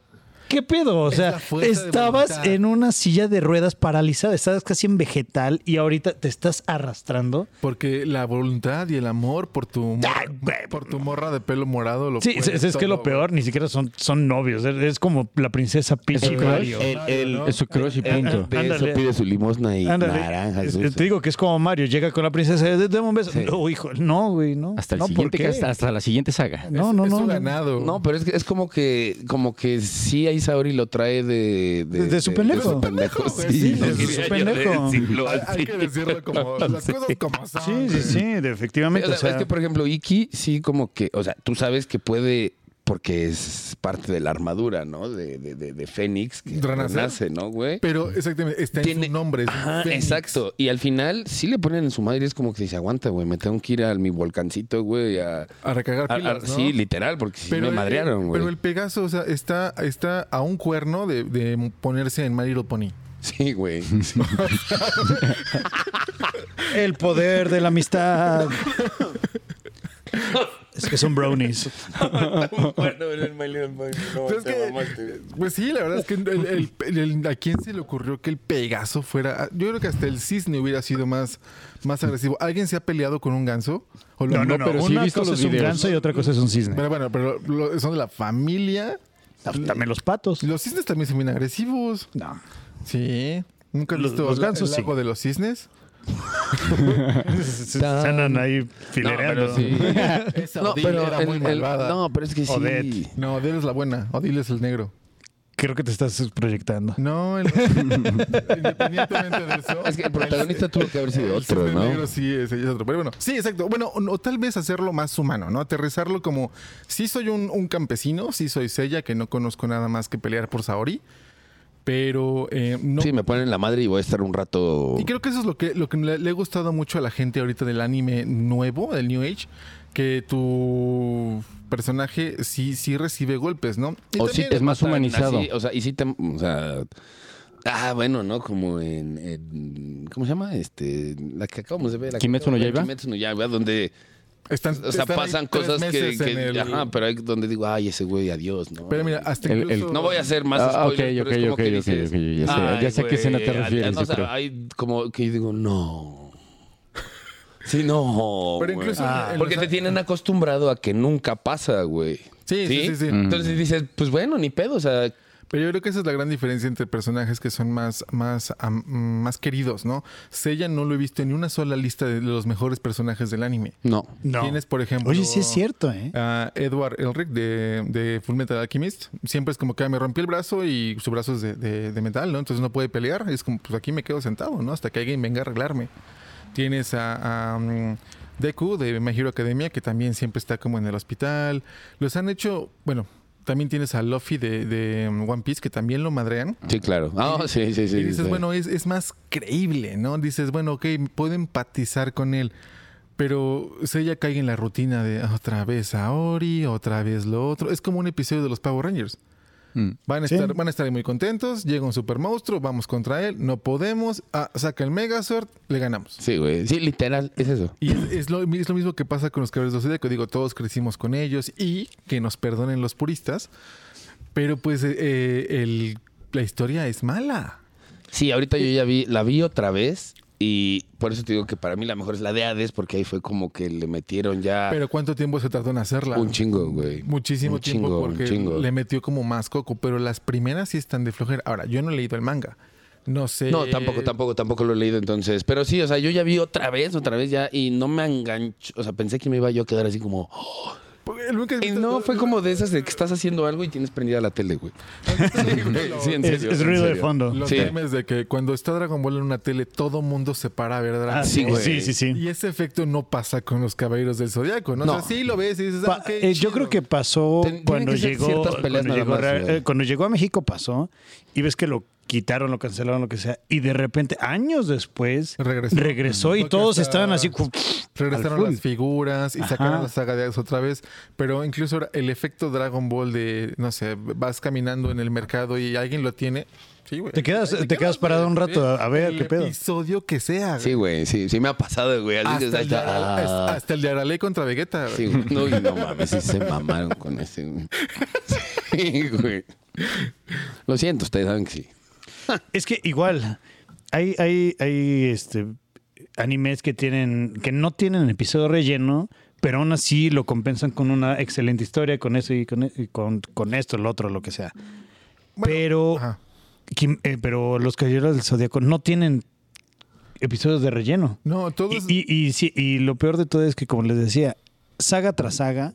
S4: ¿Qué pedo? O
S2: Es
S4: sea,
S2: la fuerza de
S4: estabas
S2: voluntad.
S4: en una silla de ruedas paralizada, estabas casi en vegetal y ahorita te estás arrastrando.
S2: Porque la voluntad y el amor por tu morra,
S4: Ay, güey.
S2: por tu morra de pelo morado lo
S4: Sí, es,
S2: puede
S4: es que lo
S2: todo,
S4: peor, ni siquiera son, son novios. Es, es como la princesa Peach
S5: ¿Es
S4: y
S5: un crush?
S4: Mario.
S3: El, el-
S5: Es su crush y punto.
S3: de eso
S4: Ándale.
S3: pide su limosna y
S4: Ándale.
S3: naranjas.
S4: Es-
S3: dulces.
S4: Te digo que es como Mario, llega con la princesa, "Eh, dame un beso.
S3: Sí.
S4: No, hijo, no, güey, no.
S5: Hasta el
S4: no, ¿por
S5: siguiente,
S4: qué?
S5: hasta, hasta la siguiente saga.
S2: güey.
S4: No,
S2: Es-
S4: no,
S2: es
S4: no.
S2: su
S4: no.
S2: ganado.
S3: No, pero es, que- es como que como que sí ahí Saori lo trae de... de-
S4: Desde su pendejo.
S3: de su pendejo,
S2: güey,
S3: sí,
S2: sí,
S3: no
S2: desde
S3: quería
S4: su
S3: yo
S4: pendejo.
S3: decirlo
S2: Hay, hay
S3: así.
S2: que decirlo como las cosas como son.
S4: Sí, sí,
S2: güey.
S4: sí, de- efectivamente.
S3: O sea,
S4: o sea,
S3: es que, por ejemplo, Iki sí como que, o sea, tú sabes que puede, porque es parte de la armadura, ¿no? De, de, de, de Fénix, que
S2: Renacer.
S3: renace, ¿no, güey?
S2: Pero exactamente, está
S3: Tiene-
S2: en su nombre. es un
S3: Ajá,
S2: fénix.
S3: exacto. Y al final sí le ponen en su madre y es como que dice, aguanta, güey, me tengo que ir a mi volcancito, güey, a...
S2: A recargar
S3: a- a-
S2: pilas, ¿no?
S3: Sí, literal, porque sí me
S2: el-
S3: madrearon, güey.
S2: Pero el Pegaso, o sea, está, está a un cuerno de, de ponerse en My Little Pony.
S3: Sí, güey.
S4: el poder de la amistad. es que son brownies.
S2: Pues, es que- pues sí, la verdad es que el- el- el- el- a quién se le ocurrió que el Pegaso fuera. Ah, Yo creo que hasta el cisne hubiera sido más, más agresivo. ¿Alguien se ha peleado con un ganso? ¿O lo-
S4: No, no, no.
S5: pero sí he
S4: Una
S5: visto
S4: cosa
S5: los
S4: es un
S5: videos.
S4: ganso y otra cosa es un cisne. Ah,
S2: Pero bueno, pero lo- son de la familia.
S4: También los patos.
S2: Los cisnes también son bien agresivos.
S4: No.
S2: Sí. ¿Nunca has
S4: Los-
S2: visto
S4: los
S2: el-
S4: gansos
S2: el
S4: sí.
S2: lago de los cisnes?
S4: Se andan ahí filereando.
S3: No, pero sí.
S2: Esa
S3: No,
S2: Odile
S3: pero
S2: era muy
S3: el- el-
S2: malvada.
S3: no, pero es que sí.
S4: Odette.
S2: No, Odile es la buena. Odile es el negro.
S4: Creo que te estás proyectando.
S2: No, el- independientemente de eso.
S3: Es que el protagonista tuvo que haber sido
S2: Eh, el
S3: otro,
S2: cisne
S3: ¿no?
S2: negro sí es, es otro. Pero bueno, sí, exacto. Bueno, o, o tal vez hacerlo más humano, ¿no? Aterrizarlo como, sí soy un, un campesino, sí soy Sella, que no conozco nada más que pelear por Saori, pero eh, no...
S3: Sí, me ponen la madre y voy a estar un rato.
S2: Y creo que eso es lo que, lo que le, le ha gustado mucho a la gente ahorita del anime nuevo, del New Age, que tu personaje sí, sí recibe golpes, ¿no? Y
S5: O sí
S2: también-
S5: es más
S3: Tan
S5: humanizado.
S3: así, o sea, y sí te. O sea. Ah, bueno, ¿no? Como en, en- ¿Cómo se llama? Este. La que acabamos de ver. la que
S5: Kimetsu no
S3: acabamos de ver,
S5: Yaiba.
S3: Kimetsu no Yaiba, donde.
S2: están,
S3: O sea,
S2: están ahí
S3: pasan
S2: tres
S3: cosas que.
S2: meses en
S3: que-
S2: el-
S3: Ajá, pero hay donde digo, ay, ese güey, adiós, ¿no?
S2: Pero mira, hasta
S5: El- el-
S2: incluso-
S3: No voy a hacer más
S5: Ah,
S3: spoilers,
S5: ok,
S3: pero es
S5: ok,
S3: como
S5: ok,
S3: que
S5: ok,
S3: dices,
S5: ok, ya sé, ya
S3: "Ay,
S5: sé a qué escena te
S3: güey,
S5: refieres,
S3: O sea,
S5: pero-
S3: hay como que yo digo, no. Sí, no.
S2: Pero
S3: güey.
S2: incluso en-
S3: Ah,
S2: en
S3: porque
S2: los-
S3: te tienen acostumbrado a que nunca pasa, güey.
S2: Sí, sí, sí, sí.
S3: Entonces dices, pues bueno, ni pedo, o sea,
S2: Pero yo creo que esa es la gran diferencia entre personajes que son más, más, am- mm, más queridos, ¿no? Seiya no lo he visto en ni una sola lista de los mejores personajes del anime.
S3: no.
S4: No.
S2: Tienes, por ejemplo,
S4: Oye, sí es cierto, ¿eh?
S2: a Edward Elric de, de Full Metal Alchemist. Siempre es como que "Ah, me rompí el brazo y su brazo es de, de- de metal, ¿no? Entonces no puede pelear. Es como, pues aquí me quedo sentado, ¿no? Hasta que alguien venga a arreglarme. Tienes a, a, mm, Deku de My Hero Academia, que también siempre está como en el hospital. Los han hecho, bueno, también tienes a Luffy de, de mm, One Piece, que también lo madrean.
S3: Sí, claro. Ah, sí, sí, sí.
S2: y dices,
S3: sí.
S2: bueno, es, es más creíble, ¿no? Dices, bueno, ok, puedo empatizar con él. Pero si ella cae en la rutina de "Ah, otra vez a Ori, otra vez lo otro. Es como un episodio de los Power Rangers.
S5: Mm.
S2: Van a,
S4: Sí.
S2: estar, van a estar muy contentos, llega un super monstruo, vamos contra él, no podemos, ah, saca el Megazord, le ganamos.
S3: Sí, güey. Sí, literal, es eso.
S2: Y es, es lo, es lo mismo que pasa con los Caballeros de Zodíaco. Digo, todos crecimos con ellos y que nos perdonen los puristas. Pero pues eh, eh, el- la historia es mala.
S3: Sí, ahorita yo ya vi, la vi otra vez y por eso te digo que para mí la mejor es la de Hades porque ahí fue como que le metieron ya
S2: Pero ¿cuánto tiempo se tardó en hacerla?
S3: un chingo, güey.
S2: Muchísimo
S3: Un
S2: tiempo
S3: chingo, un
S2: porque
S3: chingo.
S2: le metió como más coco, pero las primeras sí están de flojera. Ahora, yo no he leído el manga. No sé.
S3: No, tampoco, tampoco, tampoco lo he leído entonces. Pero sí, o sea, yo ya vi otra vez, otra vez ya y no me engancho. O sea, pensé que me iba yo a quedar así como...
S2: Porque nunca he
S3: Y
S2: visto-
S3: no, fue como de esas de que estás haciendo algo y tienes prendida la tele, güey. Sí, güey, sí, en
S4: Es,
S3: serio,
S4: es
S3: en
S4: ruido de
S3: serio.
S4: fondo.
S2: Los
S3: Sí.
S2: memes de que cuando está Dragon Ball en una tele, todo mundo se para a ver Dragon
S4: Ah,
S2: Ball.
S3: sí,
S4: sí,
S3: güey.
S4: sí, sí, sí.
S2: Y ese efecto no pasa con los Caballeros del Zodíaco, ¿no? O
S3: No.
S2: sea, sí lo ves y dices,
S4: Pa-
S2: ah, ok,
S4: eh, yo
S2: chido.
S4: creo que pasó
S3: Ten- tienen
S4: cuando
S3: que ser
S4: llegó,
S3: ciertas peleas
S4: cuando, llegó
S3: nada más,
S4: ra-
S3: güey.
S4: eh, cuando llegó a México pasó y ves que lo quitaron, lo cancelaron, lo que sea y de repente años después
S2: Regresó.
S4: regresó, y
S2: Porque
S4: todos
S2: hasta-
S4: estaban así
S2: Regresaron
S4: al full.
S2: las figuras y sacaron
S4: Ajá.
S2: la saga de Axe otra vez. Pero incluso ahora el efecto Dragon Ball de, no sé, vas caminando en el mercado y alguien lo tiene. Sí, güey.
S4: Te quedas-
S2: Ahí
S4: te quedas parado un rato a- a ver
S2: el
S4: qué pedo.
S2: episodio que sea.
S3: Sí, güey, sí, sí me ha pasado, güey. "Ah". Así que
S2: hasta, el de,
S3: está-
S2: hasta- hasta el de Arale contra Vegeta. güey.
S3: Sí, güey. No, y no mames, sí se mamaron con ese. güey. Sí, güey. Lo siento, ustedes saben que sí.
S4: Es que igual, hay, hay, hay este, animes que tienen, que no tienen episodio relleno, pero aún así lo compensan con una excelente historia, con eso y con, y con, con esto, lo otro, lo que sea. pero,
S2: ajá.
S4: Kim- eh, pero los caballeros del Zodíaco no tienen episodios de relleno.
S2: No, todo
S4: Y,
S2: es.
S4: y- y sí, y lo peor de todo es que, como les decía, saga tras saga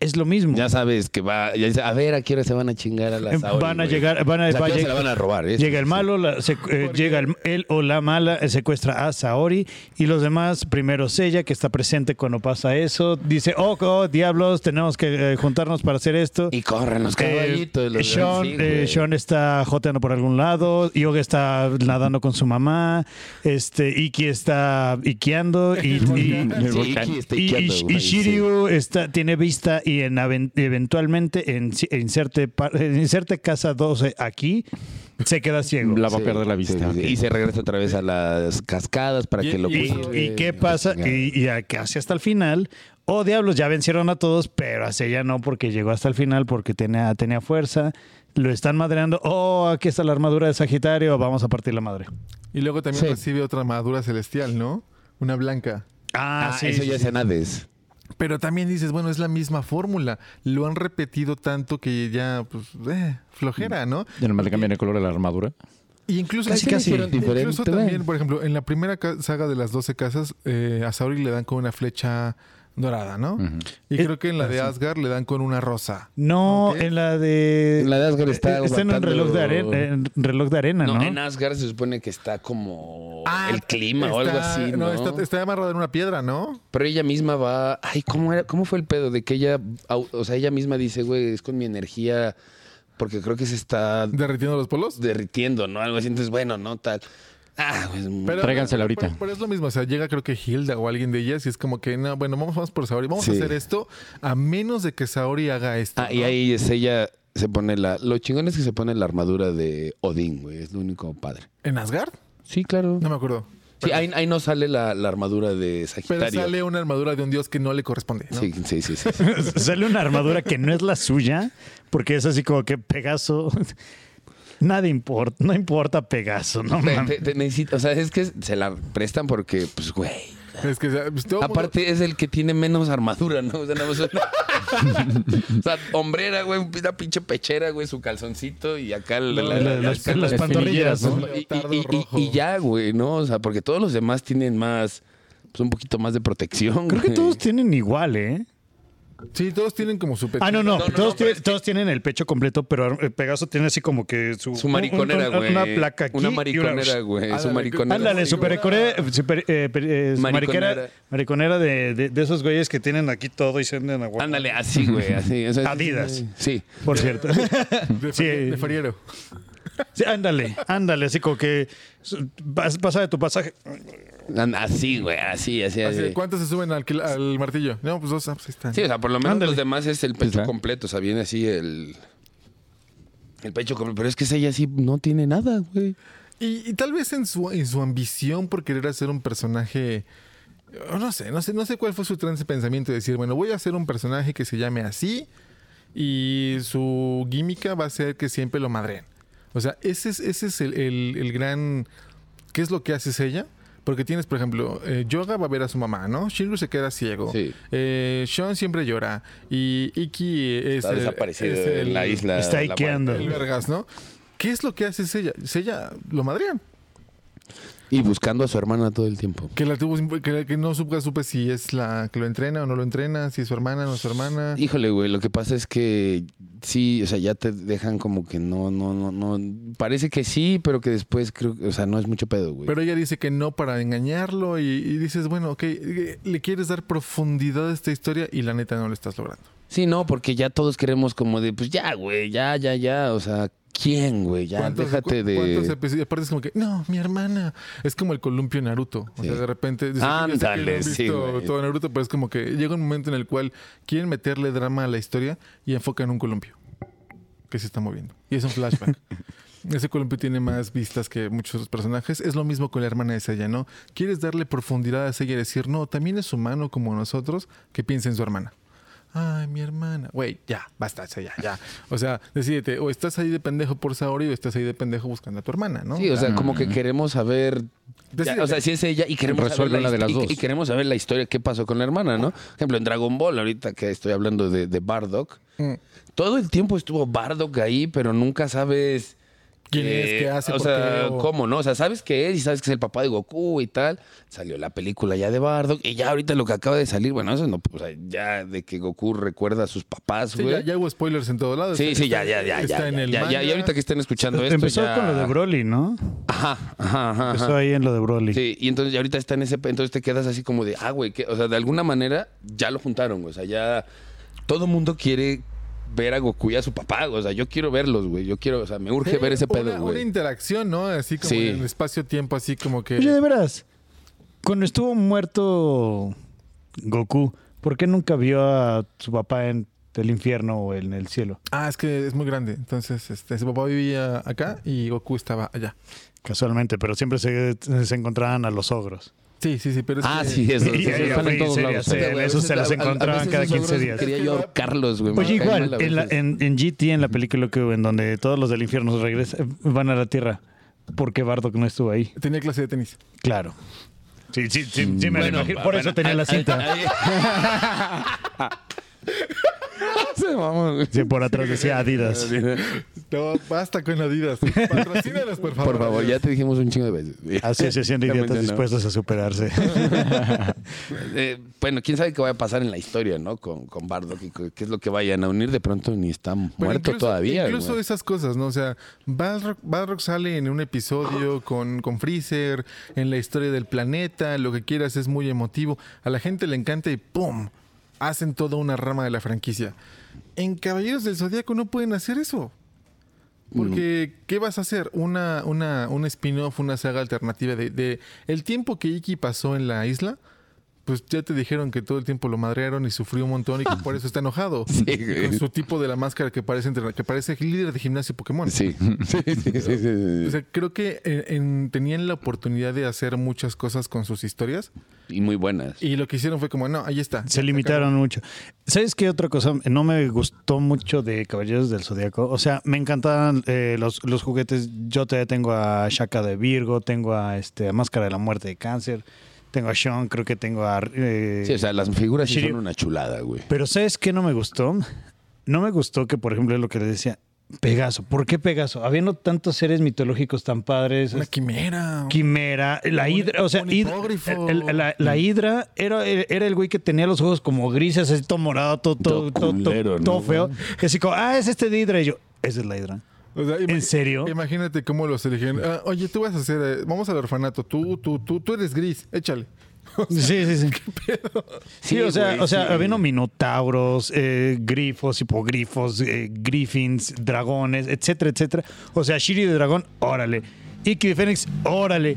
S4: es lo mismo.
S3: Ya sabes que va. Ya dice, a ver, ¿a qué hora se van a chingar a las
S4: Eh, van a llegar, van a,
S3: O sea, ¿a
S4: va a
S3: qué hora se
S4: lleg-
S3: la van a robar. eh?
S4: Llega el malo, la- se- eh, llega el, él o la mala, eh, secuestra a Saori y los demás, primero Sella, que está presente cuando pasa eso, dice, oh, oh, diablos, tenemos que eh, juntarnos para hacer esto.
S3: Y corren los caballitos. los-
S4: Sean,
S3: sí,
S4: eh,
S3: güey.
S4: Sean está joteando por algún lado, Yoga está nadando con su mamá, este, Iki está iqueando y, y-
S3: Sí,
S5: el volcán.
S3: Iki está
S4: y- y-
S3: iqueando,
S4: y
S3: güey, sí.
S4: Shiryu está, tiene vista y en, aven- eventualmente en, si- inserte, par- en inserte casa 12 aquí se queda ciego.
S5: La va a
S3: Sí,
S5: perder la vista.
S3: sí, sí. Y se regresa otra vez a las cascadas para
S5: Y-
S3: que lo
S5: y-
S4: ¿Y,
S3: puedan-
S4: y qué pasa? Y, y a- casi hasta el final. Oh, diablos, ya vencieron a todos, pero a Sella no, porque llegó hasta el final, porque tenía, tenía fuerza. Lo están madreando. Oh, aquí está la armadura de Sagitario, vamos a partir la madre.
S2: Y luego también
S3: Sí.
S2: recibe otra armadura celestial, ¿no? Una blanca.
S4: Ah,
S3: Ah,
S4: sí.
S3: eso ya
S4: sí,
S3: es en Hades.
S2: Pero también dices, bueno, es la misma fórmula. Lo han repetido tanto que ya, pues, eh, flojera, ¿no?
S5: Ya nomás le cambian el color a la armadura.
S2: Y incluso,
S3: Casi, casi.
S2: incluso
S3: Diferente, güey.
S2: también, por ejemplo, en la primera ca- saga de las 12 casas, eh, a Sauri le dan con una flecha dorada, ¿no? Y
S4: Eh,
S2: creo que en la de Asgard le dan con una rosa.
S4: No,
S2: Ok.
S4: en la de. eh,
S3: En la de Asgard está
S4: Está en un
S3: aguantando-
S4: reloj de arena, en reloj de arena ¿no?
S3: No, en Asgard se supone que está como
S2: Ah,
S3: el clima o
S2: está-
S3: algo así, ¿no?
S2: está, está amarrada en una piedra, ¿no?
S3: Pero ella misma va, ay, ¿cómo era? ¿Cómo fue el pedo de que ella, au- o sea, ella misma dice, güey, es con mi energía porque creo que se está
S2: Derritiendo los polos.
S3: derritiendo, ¿no? Algo así, entonces bueno, no tal. Ah, pues,
S5: Tráigansela ahorita.
S2: Pero, pero es lo mismo, o sea, llega creo que Hilda o alguien de ellas y es como que, no, bueno, vamos, vamos por Saori, vamos a
S3: Sí.
S2: hacer esto a menos de que Saori haga esto.
S3: Ah, y
S2: ¿no?
S3: ahí es ella se pone la lo chingón es que se pone la armadura de Odín, güey, es lo único padre.
S2: ¿En Asgard?
S3: Sí, claro.
S2: No me acuerdo.
S3: Sí, ahí, ahí no sale la, la armadura de
S2: Pero
S3: Sagitario.
S2: sale una armadura de un dios que no le corresponde. ¿no?
S3: Sí, sí, sí, sí.
S4: Sale una armadura que no es la suya, porque es así como que Pegaso. Nada importa, no importa Pegaso, no
S3: Te-
S4: mames.
S3: te- te necesito- o sea, es que se la prestan porque, pues, güey.
S2: Es que, o sea, pues, todo mundo-
S3: Aparte es el que tiene menos armadura, ¿no? O sea, nada más una- o sea, hombrera, güey, una pinche pechera, güey, su calzoncito y acá la- la-
S4: La-
S3: la-
S4: las,
S3: la-
S4: las
S5: las espinilleras,
S4: pantorrillas, ¿no?
S5: ¿no?
S3: y, y- y- y- y ya, güey, ¿no? O sea, porque todos los demás tienen más, pues un poquito más de protección.
S4: Creo que
S3: güey.
S4: todos tienen igual, ¿eh?
S2: Sí, todos tienen como su pecho.
S4: Ah, no, no.
S3: No, no,
S4: todos,
S3: no,
S4: tienen,
S3: pero es que-
S4: todos tienen el pecho completo, pero eh, Pegaso tiene así como que su.
S3: Su
S4: un- un-
S3: mariconera,
S4: un-
S3: güey.
S4: Una placa aquí. y
S3: Una
S4: una-
S3: mariconera, güey. Su
S2: Ándale,
S3: mariconera.
S4: Ándale, super, super, eh, per- eh, su
S3: Mariconera.
S4: mariquera- mariconera de, de- de esos güeyes que tienen aquí todo y se andan a guardar.
S3: Ándale, así, güey, así. O sea,
S4: Adidas.
S3: Sí.
S4: Por cierto.
S2: De,
S4: Sí.
S2: de Fariero.
S4: Sí, ándale, ándale, así como que su- vas, pasa de tu pasaje.
S3: An- Así, güey, así, así,
S2: Así,
S3: así.
S2: ¿Cuántos se suben al, quil- al martillo? No, pues dos, ah, pues ahí están.
S3: Sí, o sea, por lo menos
S4: Ándale.
S3: los demás es el pecho
S5: Ajá.
S3: completo, o sea, viene así el el pecho completo, pero es que ella sí no tiene nada, güey.
S2: Y, y tal vez en su, en su ambición por querer hacer un personaje. oh, No sé, no sé, no sé cuál fue su trance de pensamiento de decir, bueno, voy a hacer un personaje que se llame así y su química va a ser que siempre lo madreen. O sea, ese es, ese es el, el- el gran. ¿Qué es lo que haces ella? Porque tienes, por ejemplo, eh, Yoga va a ver a su mamá, ¿no? Shinru se queda ciego.
S3: Sí.
S2: Eh, Sean siempre llora. Y Iki es.
S3: Está
S2: el-
S3: desaparecido
S2: es
S3: en la
S2: el-
S3: isla.
S4: está
S3: la-
S4: iqueando.
S2: el vergas, ¿no? ¿Qué es lo que hace Sella? Sella lo madrean.
S3: Y buscando a su hermana todo el tiempo.
S2: Que la tuvo, sin- que, que no supe, supe si es la que lo entrena o no lo entrena, si es su hermana o no es su hermana.
S3: Híjole, güey, lo que pasa es que sí, o sea, ya te dejan como que no, no, no, no. Parece que sí, pero que después creo, que- o sea, no es mucho pedo, güey.
S2: Pero ella dice que no para engañarlo y, y dices, bueno, ok, eh, le quieres dar profundidad a esta historia y la neta no lo estás logrando.
S3: Sí, no, porque ya todos queremos como de, pues ya, güey, ya, ya, ya, o sea, ¿quién, güey? Ya,
S2: ¿Cuántos-
S3: déjate
S2: cu- cuántos
S3: de...
S2: episodios? Aparte es como que, no, mi hermana. Es como el columpio Naruto. O
S3: Sí.
S2: sea, de repente... yo sé que- yo sé que
S3: Ándale,
S2: lo han
S3: sí,
S2: visto
S3: güey.
S2: Todo Naruto, pero es como que llega un momento en el cual quieren meterle drama a la historia y enfocan un columpio que se está moviendo. Y es un flashback. Ese columpio tiene más vistas que muchos otros personajes. Es lo mismo con la hermana de Seiya, ¿no? Quieres darle profundidad a Seiya y decir, no, también es humano como nosotros que piensa en su hermana. ay, mi hermana. Güey, ya, basta, ya, ya. O sea, decídete, o estás ahí de pendejo por Saori o estás ahí de pendejo buscando a tu hermana, ¿no?
S3: Sí, o sea, como que queremos saber. ya, o sea, si es ella y queremos saber
S5: Resuélvanla
S3: la,
S5: de las
S3: hist- y-
S5: dos.
S3: Y, queremos saber la historia, qué pasó con la hermana, ¿no? Por ejemplo, en Dragon Ball, ahorita que estoy hablando de, de Bardock,
S2: Mm.
S3: todo el tiempo estuvo Bardock ahí, pero nunca sabes.
S2: ¿Quién es?
S3: eh,
S2: ¿Qué hace?
S3: O
S2: ¿Por
S3: sea,
S2: qué? O-
S3: ¿cómo no? O sea, sabes que es y sabes que es el papá de Goku y tal. Salió la película ya de Bardock y ya ahorita lo que acaba de salir, bueno, eso no, o sea, ya de que Goku recuerda a sus papás,
S2: Sí,
S3: güey.
S2: ya, ya hubo spoilers en todos lados.
S3: Sí,
S2: Está-
S3: sí, ya, ya, ya,
S2: Está
S3: ya,
S2: en
S3: ya,
S2: el
S3: ya,
S2: manga.
S3: ya, y ahorita que estén escuchando esto
S4: Pues Empezó
S3: ya-
S4: con lo de Broly, ¿no?
S3: Ajá, ajá, ajá, ajá.
S4: Empezó ahí en lo de Broly.
S3: Sí, y entonces ya ahorita está en ese... Entonces te quedas así como de, ah, güey, ¿qué? o sea, de alguna manera ya lo juntaron, güey. O sea, ya todo mundo quiere ver a Goku y a su papá, güey. O sea, yo quiero verlos, güey. Yo quiero, o sea, me urge
S2: Sí,
S3: ver ese
S2: una-
S3: pedo,
S2: Una
S3: güey.
S2: interacción, ¿no? Así como
S3: Sí.
S2: en el espacio-tiempo, así como que...
S4: Oye, de veras, cuando estuvo muerto Goku, ¿por qué nunca vio a su papá en el infierno o en el cielo?
S2: Ah, es que es muy grande. Entonces, este, su papá vivía acá y Goku estaba allá.
S4: Casualmente, pero siempre se, se encontraban a los ogros.
S2: Sí, sí, sí, pero es
S3: Ah,
S2: que-
S3: sí, eso.
S4: Y-
S3: sí,
S4: y-
S3: sí,
S4: y-
S3: están en todos
S4: sí,
S3: lados.
S4: sí,
S3: güey. A
S4: esos se
S3: veces-
S4: los
S3: a- a- a
S4: encontraban
S3: veces
S4: cada
S3: esos
S4: 15
S3: ogros
S4: días.
S3: Quería yo ahorcarlos, güey. me
S4: Oye,
S3: caen
S4: igual,
S3: mal a
S4: en, la-
S3: veces.
S4: en- en GT, en la película que hubo, en donde todos los del infierno regresan, van a la Tierra, ¿por qué Bardock no estuvo ahí?
S2: Tenía clase de tenis.
S4: Claro. Sí, sí, sí, sí me lo
S3: Bueno,
S4: imagino. Por eso
S3: bueno,
S4: tenía
S3: ahí-
S4: la cinta.
S3: ahí- ahí- Se mamó, güey.
S4: Sí, por atrás decía Adidas.
S2: No, basta con Adidas. Patrocínalos, por favor.
S3: Por favor, ya te dijimos un chingo de veces.
S2: Ah.
S4: Así se sienten
S3: Exactamente,
S4: idiotas
S3: ¿no?
S4: dispuestos a superarse.
S3: Eh, bueno, quién sabe qué vaya a pasar en la historia, ¿no? Con, con Bardock y co- qué es lo que vayan a unir. De pronto ni está muerto
S2: Pero incluso-
S3: todavía.
S2: Incluso
S3: güey.
S2: esas cosas, ¿no? O sea, Balrog, Balrog sale en un episodio con, con Freezer, en la historia del planeta, lo que quieras, es muy emotivo. A la gente le encanta y ¡pum! Hacen toda una rama de la franquicia. En Caballeros del Zodíaco no pueden hacer eso. Porque, ¿qué vas a hacer? Una, una, un spin-off, una saga alternativa de, de el tiempo que Iki pasó en la isla. Pues ya te dijeron que todo el tiempo lo madrearon y sufrió un montón y que por eso está enojado.
S3: Sí, güey.
S2: Con su tipo de la máscara que parece, entren- que parece líder de gimnasio Pokémon.
S3: Sí. Sí, sí, sí, sí, sí.
S2: O sea, creo que eh, en- tenían la oportunidad de hacer muchas cosas con sus historias
S3: Y muy buenas.
S2: y lo que hicieron fue como, no, ahí está.
S4: Se limitaron mucho. ¿Sabes qué otra cosa? No me gustó mucho de Caballeros del Zodíaco. O sea, me encantaban eh, los, los juguetes. Yo todavía tengo a Shaka de Virgo, tengo a este a Máscara de la Muerte de Cáncer, tengo a Sean, creo que tengo a... eh,
S3: Sí, o sea, las figuras sí
S4: Shiryu-
S3: son una chulada, güey.
S4: Pero ¿sabes qué no me gustó? No me gustó que, por ejemplo, lo que le decía, Pegaso. ¿Por qué Pegaso? Habiendo tantos seres mitológicos tan padres, este,
S2: Una quimera.
S4: Quimera, la
S2: Un-
S4: hidra, o sea,
S2: un
S4: hid-
S2: hipógrafo.
S4: el- el- la, la hidra era, era el güey que tenía los ojos como grises, así todo morado, todo, todo,
S3: Todo
S4: todo,
S3: culero,
S4: todo
S3: ¿no?
S4: feo. Y así como, ah, es este de hidra. Y yo, esa es la hidra.
S2: O sea, ima-
S4: ¿En serio?
S2: Imagínate cómo los eligieron. Ah, oye, tú vas a hacer, eh, vamos al orfanato. Tú, tú, tú, tú eres gris. Échale.
S4: Sí, sí, sí. Sí, o sea,
S3: güey,
S4: o sea
S3: sí.
S4: habiendo minotauros, eh, grifos, hipogrifos, eh, griffins, dragones, etcétera, etcétera. O sea, Shiri de dragón, órale. Iki de Fénix, órale.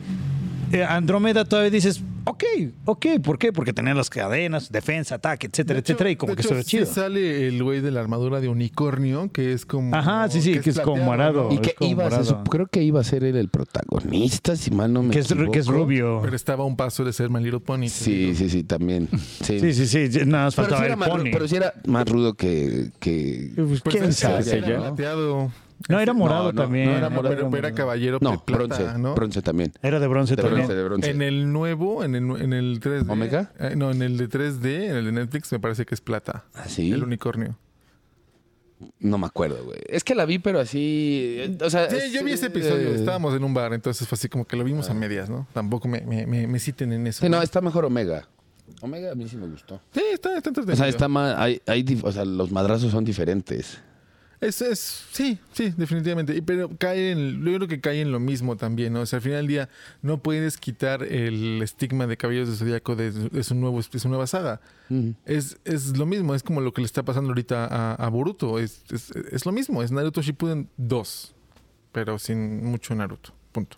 S4: Eh, Andrómeda todavía dices, ok, ok, ¿por qué? Porque tenía las cadenas, defensa, ataque, etcétera, etcétera, y como
S2: De
S4: que
S2: hecho,
S4: se ve
S2: sí
S4: chido.
S2: sale el güey de la armadura de unicornio, que es como.
S4: Ajá, sí, sí, que es como
S2: plateado,
S4: morado.
S2: ¿no?
S3: y que
S4: es como
S3: iba a ser,
S4: morado.
S3: creo que iba a ser él el protagonista, si mal no me
S4: Que es,
S3: equivoco.
S4: que es rubio.
S2: Pero estaba a un paso de ser My Little Pony.
S3: Sí, sí, sí, también. Sí,
S4: Sí, sí, sí, ya nada más
S3: Pero sí,
S4: faltaba
S3: era
S4: el
S3: más, ru-
S4: pony.
S3: pero sí era más rudo que... que...
S4: Eh, pues,
S2: Pero
S4: ¿Quién
S2: ese-
S4: sabe?
S2: ese era
S3: ya, ¿no?
S2: plateado.
S4: No, era
S2: Ese-
S4: morado
S3: no,
S4: también.
S3: no, era
S2: Pero,
S3: morado.
S2: pero era caballero
S3: No,
S2: de plata,
S3: bronce,
S2: ¿no?
S3: bronce también.
S4: Era de bronce
S3: De
S4: también.
S3: bronce, de bronce.
S2: En el nuevo, en el, en el 3D.
S3: ¿Omega?
S2: eh, no, en el de 3D, en el de Netflix, me parece que es plata.
S3: ¿Ah, sí?
S2: El unicornio.
S3: No me acuerdo, güey. Es que la vi, pero así... eh, O sea,
S2: Sí, yo vi ese episodio.
S3: eh,
S2: Estábamos en un bar, entonces fue así como que lo vimos a medias, ¿no? Tampoco me, me, me- me citen en eso.
S3: Ah. Sí, no, está mejor Omega. Omega a mí sí me gustó.
S2: Sí, está, está entretenido.
S3: O sea, está más... Hay, hay dif- o sea, los madrazos son diferentes.
S2: Es, es, sí, sí, definitivamente. Y, pero cae en, yo creo que cae en lo mismo también, ¿no? O sea, al final del día no puedes quitar el estigma de Caballeros de Zodíaco de, de su, nuevo, de su nueva saga. es, es lo mismo, es como lo que le está pasando ahorita a, a Boruto. Es, es, es lo mismo, es Naruto Shippuden 2, pero sin mucho Naruto. Punto.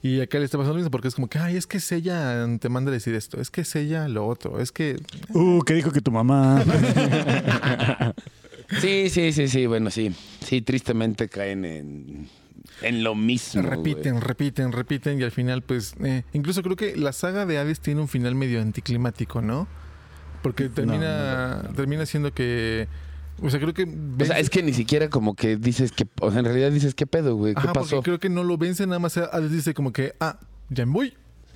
S2: Y acá le está pasando lo mismo porque es como que, ay, es que Sella te manda a decir esto, es que Sella lo otro, es que
S4: Uh, ¿qué dijo que tu mamá?
S3: Sí, sí, sí, sí. Bueno, sí. Sí, tristemente caen en... En lo mismo, güey.
S2: repiten, repiten, repiten y al final pues eh, incluso creo que la saga de Hades tiene un final medio anticlimático, ¿no? Porque termina, termina siendo que. O sea, creo que.
S3: O sea, es que ni siquiera como que dices que. O sea, en realidad dices, ¿qué pedo, güey? ¿Qué
S2: Ajá,
S3: pasó?
S2: porque creo que no lo vence, nada más Hades dice como que, ah, ya me voy.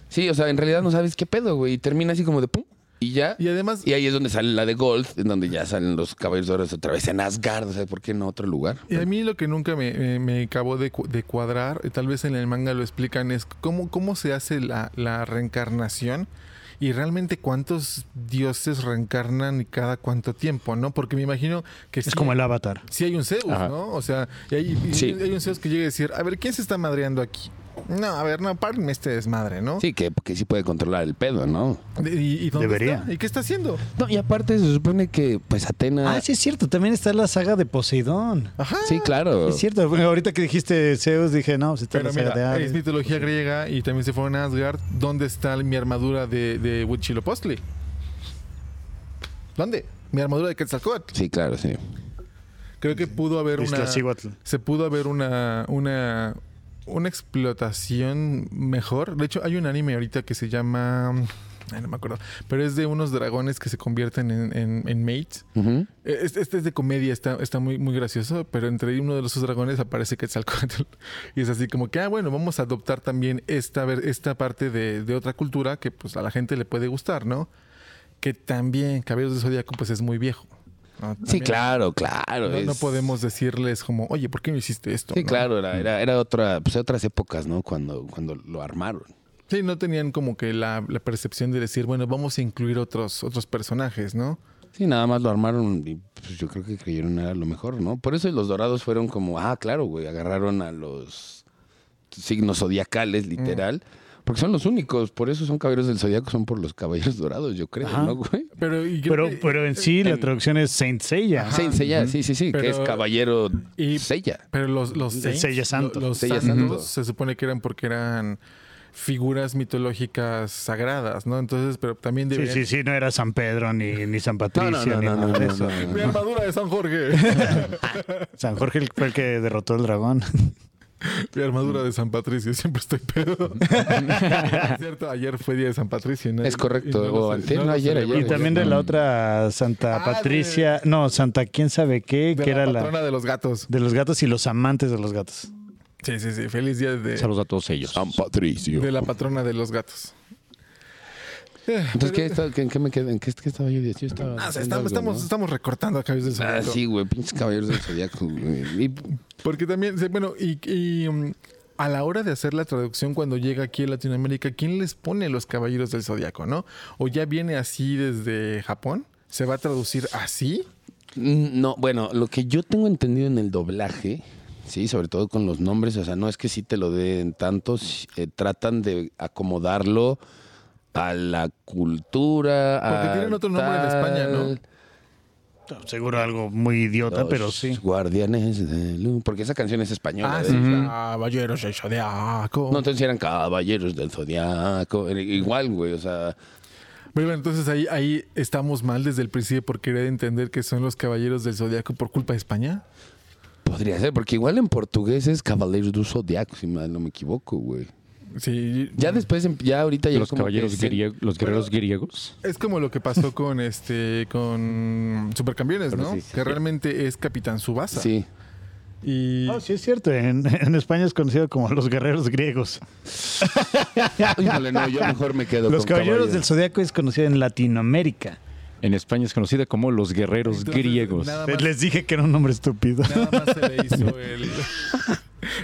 S3: Sí, o sea, en realidad no sabes qué pedo, güey. Y termina así como de pum. Y ya.
S2: Y además,
S3: Y ahí es donde sale la de Gold, en donde ya salen los caballeros de oro otra vez en Asgard. O sea, ¿por qué no otro lugar?
S2: Y a mí lo que nunca me, me, eh, me acabó de, cu- de cuadrar, y tal vez en el manga lo explican, es cómo, cómo se hace la, la reencarnación y realmente cuántos dioses reencarnan y cada cuánto tiempo, ¿no? Porque me imagino que
S4: Es como el avatar.
S2: si hay un Zeus,
S3: Ajá.
S2: ¿no? O sea, y hay, y
S3: Sí.
S2: hay un Zeus que llega a decir, a ver, ¿quién se está madreando aquí? No, a ver, no, párenme este desmadre, ¿no?
S3: Sí, que, que sí puede controlar el pedo, ¿no?
S2: De- ¿Y, y dónde
S4: Debería.
S2: está? ¿Y qué está haciendo?
S3: No, y aparte se supone que, pues, Atena.
S4: Ah, sí es cierto, también está la saga de Poseidón.
S2: Ajá.
S3: Sí, claro.
S4: Es cierto, bueno, ahorita que dijiste Zeus, dije, no, pues está
S2: Pero
S4: la saga
S2: mira,
S4: de
S2: es
S4: Hades.
S2: mitología griega y también se fueron a Asgard. ¿Dónde está mi armadura de, de Huitzilopochtli? ¿Dónde? Mi armadura de Quetzalcóatl.
S3: Sí, claro, sí.
S2: Creo que pudo haber
S4: Este,
S2: una.
S4: Iztaccíhuatl.
S2: Se pudo haber una. una. una explotación mejor. De hecho, hay un anime ahorita que se llama. ay, no me acuerdo. Pero es de unos dragones que se convierten en, en, en mates.
S3: Ujú.
S2: Eh, Este, este es de comedia, está, está muy, muy gracioso, pero entre uno de los sus dragones aparece Quetzalcóatl. Y es así como que, ah, bueno, vamos a adoptar también esta, ver- esta parte de, de otra cultura que pues a la gente le puede gustar, ¿no? Que también Caballeros de Zodíaco pues es muy viejo. ¿no?
S3: Sí,
S2: También
S3: claro, claro.
S2: No, no
S3: es-
S2: podemos decirles como, oye, ¿por qué no hiciste esto?
S3: Sí,
S2: ¿no?
S3: claro, era, era, era otra, pues, otras épocas, ¿no? Cuando, cuando lo armaron.
S2: Sí, no tenían como que la, la percepción de decir, bueno, vamos a incluir otros, otros personajes, ¿no?
S3: Sí, nada más lo armaron y pues, yo creo que creyeron era lo mejor, ¿no? Por eso los dorados fueron como, ah, claro, güey, agarraron a los signos zodiacales, literal. Porque son los únicos, por eso son caballeros del zodiaco, son por los caballeros dorados, yo creo,
S4: Ajá.
S3: ¿no, güey?
S2: Pero, y creo
S4: Pero,
S2: que-
S4: pero en sí la
S3: en-
S4: traducción es Saint Seiya.
S3: Sí, Sella, sí, sí, sí, que
S2: Pero-
S3: es caballero
S2: y-
S3: Sella.
S2: Pero los, los
S4: El
S2: saints,
S4: sello santo.
S2: lo- Los
S3: Sello
S2: santos
S3: santo.
S2: se supone que eran porque eran figuras mitológicas sagradas, ¿no? Entonces, pero también
S4: Sí,
S2: deberían...
S4: sí, sí, no era San Pedro ni, ni San Patricio. ni nada de eso.
S2: Mi armadura de San Jorge.
S4: San Jorge el- fue el que derrotó al dragón.
S2: Mi armadura de San Patricio. Siempre estoy pedo. Es cierto, ayer fue día de San Patricio. ¿no?
S3: Es correcto,
S2: Y lo
S3: o
S2: ce-
S3: antier, no,
S2: lo
S3: ayer,
S2: celebramos.
S3: ayer.
S4: Y también de la otra
S2: Ah,
S4: Santa
S2: de-
S4: Patricia, no, Santa quién sabe qué,
S2: De
S4: que
S2: la
S4: era la
S2: patrona de los gatos.
S4: de los gatos y los amantes de los gatos.
S2: Sí, sí, sí. Feliz día de,
S5: Saludos a todos ellos.
S3: San Patricio.
S2: de la patrona de los gatos. Eh,
S3: Entonces, ¿qué, está- qué- en qué me quedé? ¿En qué, qué estaba yo? Yo estaba
S2: Ah, o sea,
S3: diciendo
S2: estamos,
S3: algo,
S2: estamos,
S3: ¿no?
S2: estamos recortando a cabeza del
S3: Ah,
S2: Zodiaco.
S3: sí, güey, pinches caballeros del zodiaco. güey. Y-
S2: Porque también, se- bueno, y, y, mm, a la hora de hacer la traducción cuando llega aquí a Latinoamérica, ¿quién les pone los caballeros del zodiaco, no? ¿O ya viene así desde Japón? ¿Se va a traducir así?
S3: Mm, No, bueno, lo que yo tengo entendido en el doblaje, sí, sobre todo con los nombres, o sea, no es que sí te lo den tanto, sí, eh, tratan de acomodarlo a la cultura.
S2: Porque
S3: a
S2: tienen otro nombre en España, ¿no?
S4: Seguro algo muy idiota,
S3: Los
S4: pero sí.
S3: pues, Guardianes de luz. Porque esa canción es española.
S2: Ah,
S3: de-
S2: sí. Caballeros del zodiaco.
S3: No, entonces eran caballeros del zodiaco. era Igual, güey, o sea.
S2: Pero bueno, entonces ahí, ahí estamos mal desde el principio por querer entender que son los caballeros del zodiaco por culpa de España.
S3: Podría ser, porque igual en portugués es Caballeros do Zodiaco, si mal no me equivoco, güey.
S2: Sí.
S3: Ya después, em- ya ahorita ya
S5: Los
S3: como que
S5: caballeros
S3: se-
S5: griegos, los guerreros griegos.
S2: Es como lo que pasó con este con Supercampeones, ¿no?
S3: Sí, sí, sí.
S2: Que realmente es Capitán Subasa.
S3: Sí.
S2: Y
S4: No, sí es cierto, en, en España es conocido como los guerreros griegos.
S3: Híjole, no, yo mejor me quedo
S4: Los
S3: con
S4: caballeros del zodiaco es conocido en Latinoamérica.
S5: En España es conocida como los guerreros
S2: Entonces,
S5: griegos.
S2: nada más-
S4: Les dije que era un nombre estúpido.
S2: Nada más se le hizo el.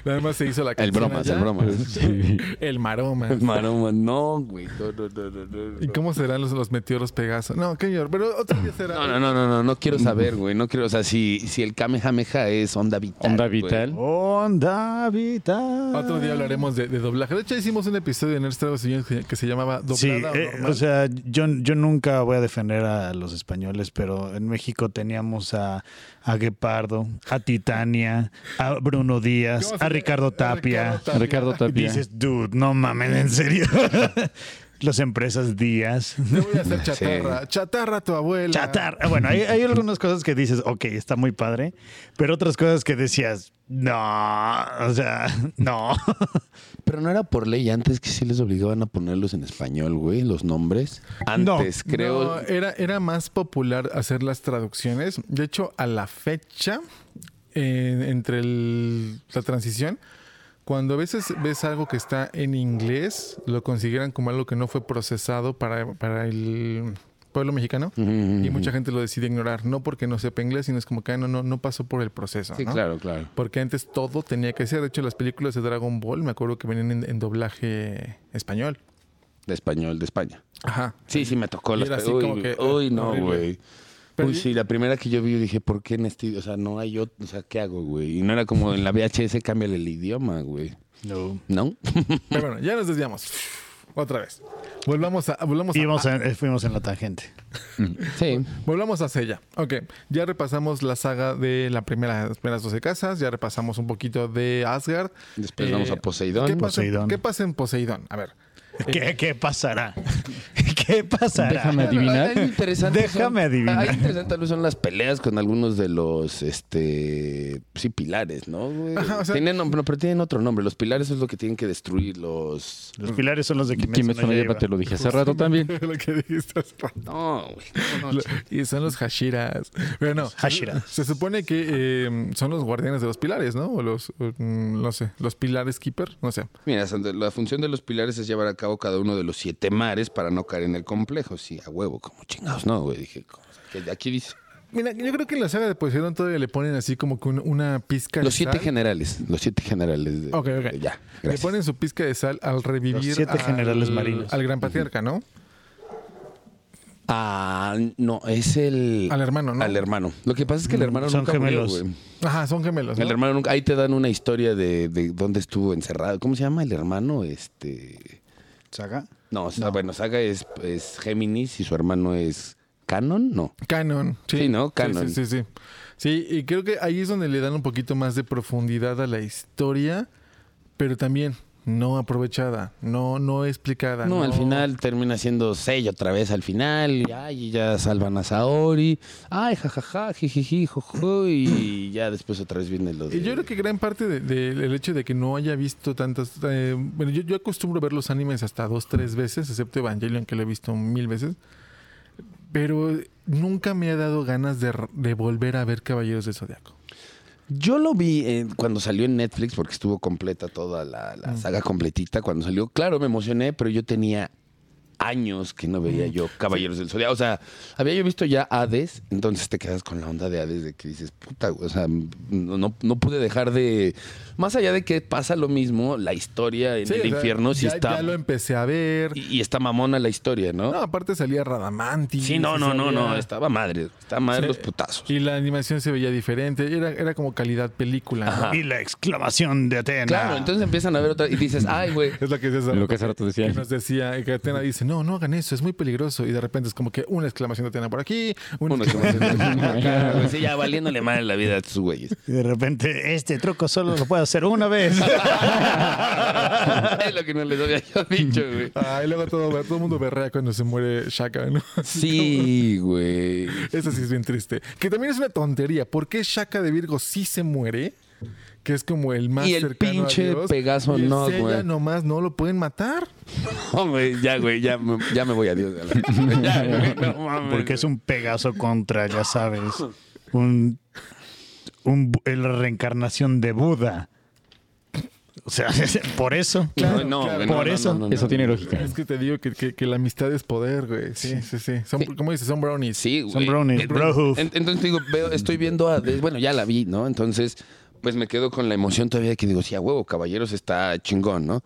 S2: Nada más se hizo la
S3: El
S2: canción.
S3: bromas,
S2: allá.
S3: el bromas.
S5: Sí.
S2: El maroma.
S3: Maroma, no, güey. No, no, no, no, no.
S2: ¿Y cómo serán los, los meteoros Pegaso? No, señor, pero otro día será.
S3: No, no, no, no, no, no quiero saber, güey. No quiero, o sea, si, si el Kamehameha es onda vital.
S5: Onda
S3: güey.
S5: vital.
S4: Onda vital.
S2: Otro día hablaremos de, de doblaje. De hecho, hicimos un episodio en Extra Señores que, que se llamaba Doblada
S4: Sí,
S2: o
S4: eh,
S2: Normal.
S4: o sea, yo, yo nunca voy a defender a los españoles, pero en México teníamos a, a Guepardo, a Titania, a Bruno Díaz,
S2: ¿Cómo se
S4: a
S2: llama?
S4: Ricardo
S2: A Ricardo
S4: Tapia.
S2: Tapia.
S5: Ricardo
S4: Y
S5: Tapia.
S4: dices, dude, no mames, en serio. las empresas días.
S2: Te voy a hacer chatarra. Chatarra a tu abuela.
S4: Chatar. Ah, Bueno, hay, hay algunas cosas que dices, ok, está muy padre, pero otras cosas que decías, no, o sea, no.
S3: Pero no era por ley antes que sí les obligaban a ponerlos en español, güey, los nombres.
S4: No.
S3: Antes, creo.
S2: No, era, era más popular hacer las traducciones. De hecho, a la fecha, eh, entre el- la transición, cuando a veces ves algo que está en inglés, lo consideran como algo que no fue procesado para, para el pueblo mexicano. Y mucha gente lo decide ignorar, no porque no sepa inglés, sino es como que ah, no, no, no pasó por el proceso.
S3: Sí,
S2: ¿no?
S3: claro, claro.
S2: Porque antes todo tenía que ser. De hecho, las películas de Dragon Ball, me acuerdo que venían en, en doblaje español.
S3: De español, de España.
S2: Ajá.
S3: Sí, sí, me tocó.
S2: Y
S3: Las...
S2: era así
S3: uy,
S2: como que, eh,
S3: uy, no,
S2: horrible.
S3: güey.
S2: Pero
S3: Uy,
S2: yo-
S3: sí, la primera que yo vi, yo dije, ¿por qué en este? O sea, no hay otro. O sea, ¿qué hago, güey? Y no era como en la VHS, cámbiale el idioma, güey.
S4: No.
S3: ¿No?
S2: Pero bueno, ya nos desviamos. Otra vez. Volvamos a, volvamos a,
S4: Íbamos en- eh, fuimos en la tangente.
S3: sí.
S2: volvamos a Sella. Ok, ya repasamos la saga de la primera, las primeras 12 casas, ya repasamos un poquito de Asgard.
S3: Después vamos a Poseidón.
S2: Eh, ¿qué pasa, en-
S4: Poseidón.
S2: ¿Qué pasa en Poseidón? A ver.
S4: ¿Qué, qué pasará? ¿Qué pasará?
S5: Déjame adivinar.
S3: Ahí interesante
S4: Déjame adivinar.
S3: ahí interesante tal vez son las peleas con algunos de los este sí pilares, ¿no? güey?
S2: Ajá, o sea-
S3: tienen nombre, no, pero tienen otro nombre. Los pilares es lo que tienen que destruir los.
S4: Los pilares son los de Kimetsu,
S5: Kimetsu
S4: no
S5: no
S4: Yaiba.
S5: Yaiba, te lo dije hace rato también.
S2: Lo que dijiste hace rato.
S3: No, güey.
S2: Lo- y son los Hashiras. Pero no.
S4: Hashiras.
S2: Se supone que eh, son los guardianes de los pilares, ¿no? O los, eh, mm, no sé, los pilares keeper, no sé.
S3: Mira, Sandra, la función de los pilares es llevar a cabo cada uno de los siete mares para no caer en el complejo. Sí, a huevo, como chingados, no, güey. Dije, ¿cómo? O sea, que aquí dice.
S2: Mira, yo creo que en la saga de Poseidón todavía le ponen así como que un- una pizca de
S3: Los siete
S2: sal.
S3: generales. Los siete generales. De,
S2: Ok, ok.
S3: de- ya,
S2: Le
S3: gracias.
S2: ponen su pizca de sal al revivir
S4: Los siete
S2: al-
S4: generales marinos.
S2: al gran patriarca, ¿no?
S3: Ah, no, es el.
S2: Al hermano, ¿no?
S3: Al hermano. Lo que pasa es que el hermano
S4: son
S3: nunca murió,
S4: gemelos.
S3: güey.
S2: Ajá, son gemelos. ¿no?
S3: El hermano nunca- ahí te dan una historia de, de dónde estuvo encerrado. ¿Cómo se llama el hermano? Este.
S4: ¿Saga?
S3: No, o sea, bueno, Saga es, es Géminis y su hermano es Canon, no.
S2: Canon.
S3: Sí, ¿no? Canon.
S2: Sí, sí, sí, sí. Sí, y creo que ahí es donde le dan un poquito más de profundidad a la historia, pero también no aprovechada, no, no explicada.
S3: No, al final termina siendo sello otra vez al final. Y, ay, y ya salvan a Saori. Ay, jajaja, jijiji, jojo. Y ya después otra vez viene lo de...
S2: Y yo creo que gran parte del de, del hecho de que no haya visto tantas... eh, bueno, yo, yo acostumbro ver los animes hasta dos, tres veces, excepto Evangelion, que lo he visto mil veces. Pero nunca me ha dado ganas de, r- de volver a ver Caballeros del Zodiaco.
S3: Yo lo vi eh, cuando salió en Netflix, porque estuvo completa toda la,
S2: Mm.
S3: la saga completita. Cuando salió, claro, me emocioné, pero yo tenía años que no veía
S2: Mm.
S3: yo Caballeros del Zodiaco. O sea, había yo visto ya Hades, entonces te quedas con la onda de Hades de que dices, puta, güey, o sea, no, no, no pude dejar de... Más allá de que pasa lo mismo, la historia en
S2: Sí,
S3: el
S2: o sea,
S3: infierno sí
S2: ya-
S3: está...
S2: Ya lo empecé a ver.
S3: y, y está mamona la historia, ¿no?
S2: No, aparte salía Radamanti.
S3: sí, no, no, no, no, estaba madre, estaba madre
S2: Sí.
S3: los putazos.
S2: Y la animación se veía diferente. Era, era como calidad película. ¿no?
S4: Y la exclamación de Atena.
S3: Claro, entonces empiezan a ver otra y
S2: Mm.
S3: dices, ay, güey.
S2: Es lo que, es
S5: Lo que hace rato decía.
S2: nos decía. y Que Atena dice, no, no hagan eso, es muy peligroso. Y de repente es como que una exclamación de Atena por aquí, una
S3: Uno que
S2: exclamación de Atena por acá.
S3: Pues sí, ya valiéndole mal la vida a estos güeyes.
S4: Y de repente, este truco solo lo puedo hacer una vez.
S3: es lo que no les había yo dicho, güey.
S2: Ah, y luego todo, todo el mundo berrea cuando se muere Shaka, ¿no?
S3: Sí, güey.
S2: Eso sí es bien triste. Que también es una tontería. ¿Por qué Shaka de Virgo sí se muere? Que es como el más
S3: Y el
S2: cercano a
S3: pinche
S2: Dios.
S3: Pegaso
S2: Y el
S3: no,
S2: Seiya
S3: güey.
S2: nomás no lo pueden matar.
S3: No, güey, ya, güey, ya, me- ya me voy a Dios. Ya, güey, no mames.
S4: Porque es un Pegaso contra, ya sabes, un, un bu- el- la reencarnación de Buda. O sea, por eso.
S3: No, no,
S2: claro.
S3: güey, no,
S4: Por
S3: no,
S4: eso.
S3: no, no, no.
S5: Eso tiene lógica.
S2: Es que te digo que, que- que la amistad es poder, güey. Sí, sí, sí. Son, ¿Cómo dices? Son brownies.
S3: Sí, güey.
S4: Son brownies,
S3: Eh,
S4: bro.
S3: en- Entonces digo, veo, estoy viendo a. de- Bueno, ya la vi, ¿no? Entonces, pues me quedo con la emoción todavía que digo, sí, a huevo, caballeros está chingón, ¿no?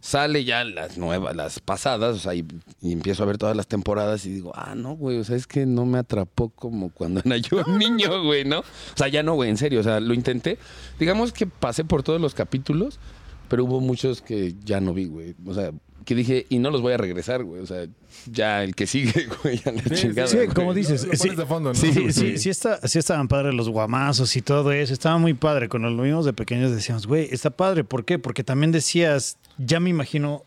S3: Sale ya las nuevas, las pasadas, o sea, y, y empiezo a ver todas las temporadas y digo, ah, no, güey, o sea, es que no me atrapó como cuando era yo niño, güey, ¿no? O sea, ya no, güey, en serio, o sea, lo intenté. Digamos que pasé por todos los capítulos, pero hubo muchos que ya no vi, güey. O sea, que dije, y no los voy a regresar, güey, o sea, ya el que sigue, güey, a la
S2: sí,
S3: chingada.
S2: sí,
S3: güey.
S4: como dices,
S2: Lo, lo
S4: sí.
S2: pones de fondo, ¿no?
S4: Sí, sí, sí, está, sí estaban padres los guamazos y todo eso. Estaba muy padre. Cuando lo vimos de pequeños decíamos, güey, está padre. ¿Por qué? Porque también decías, ya me imagino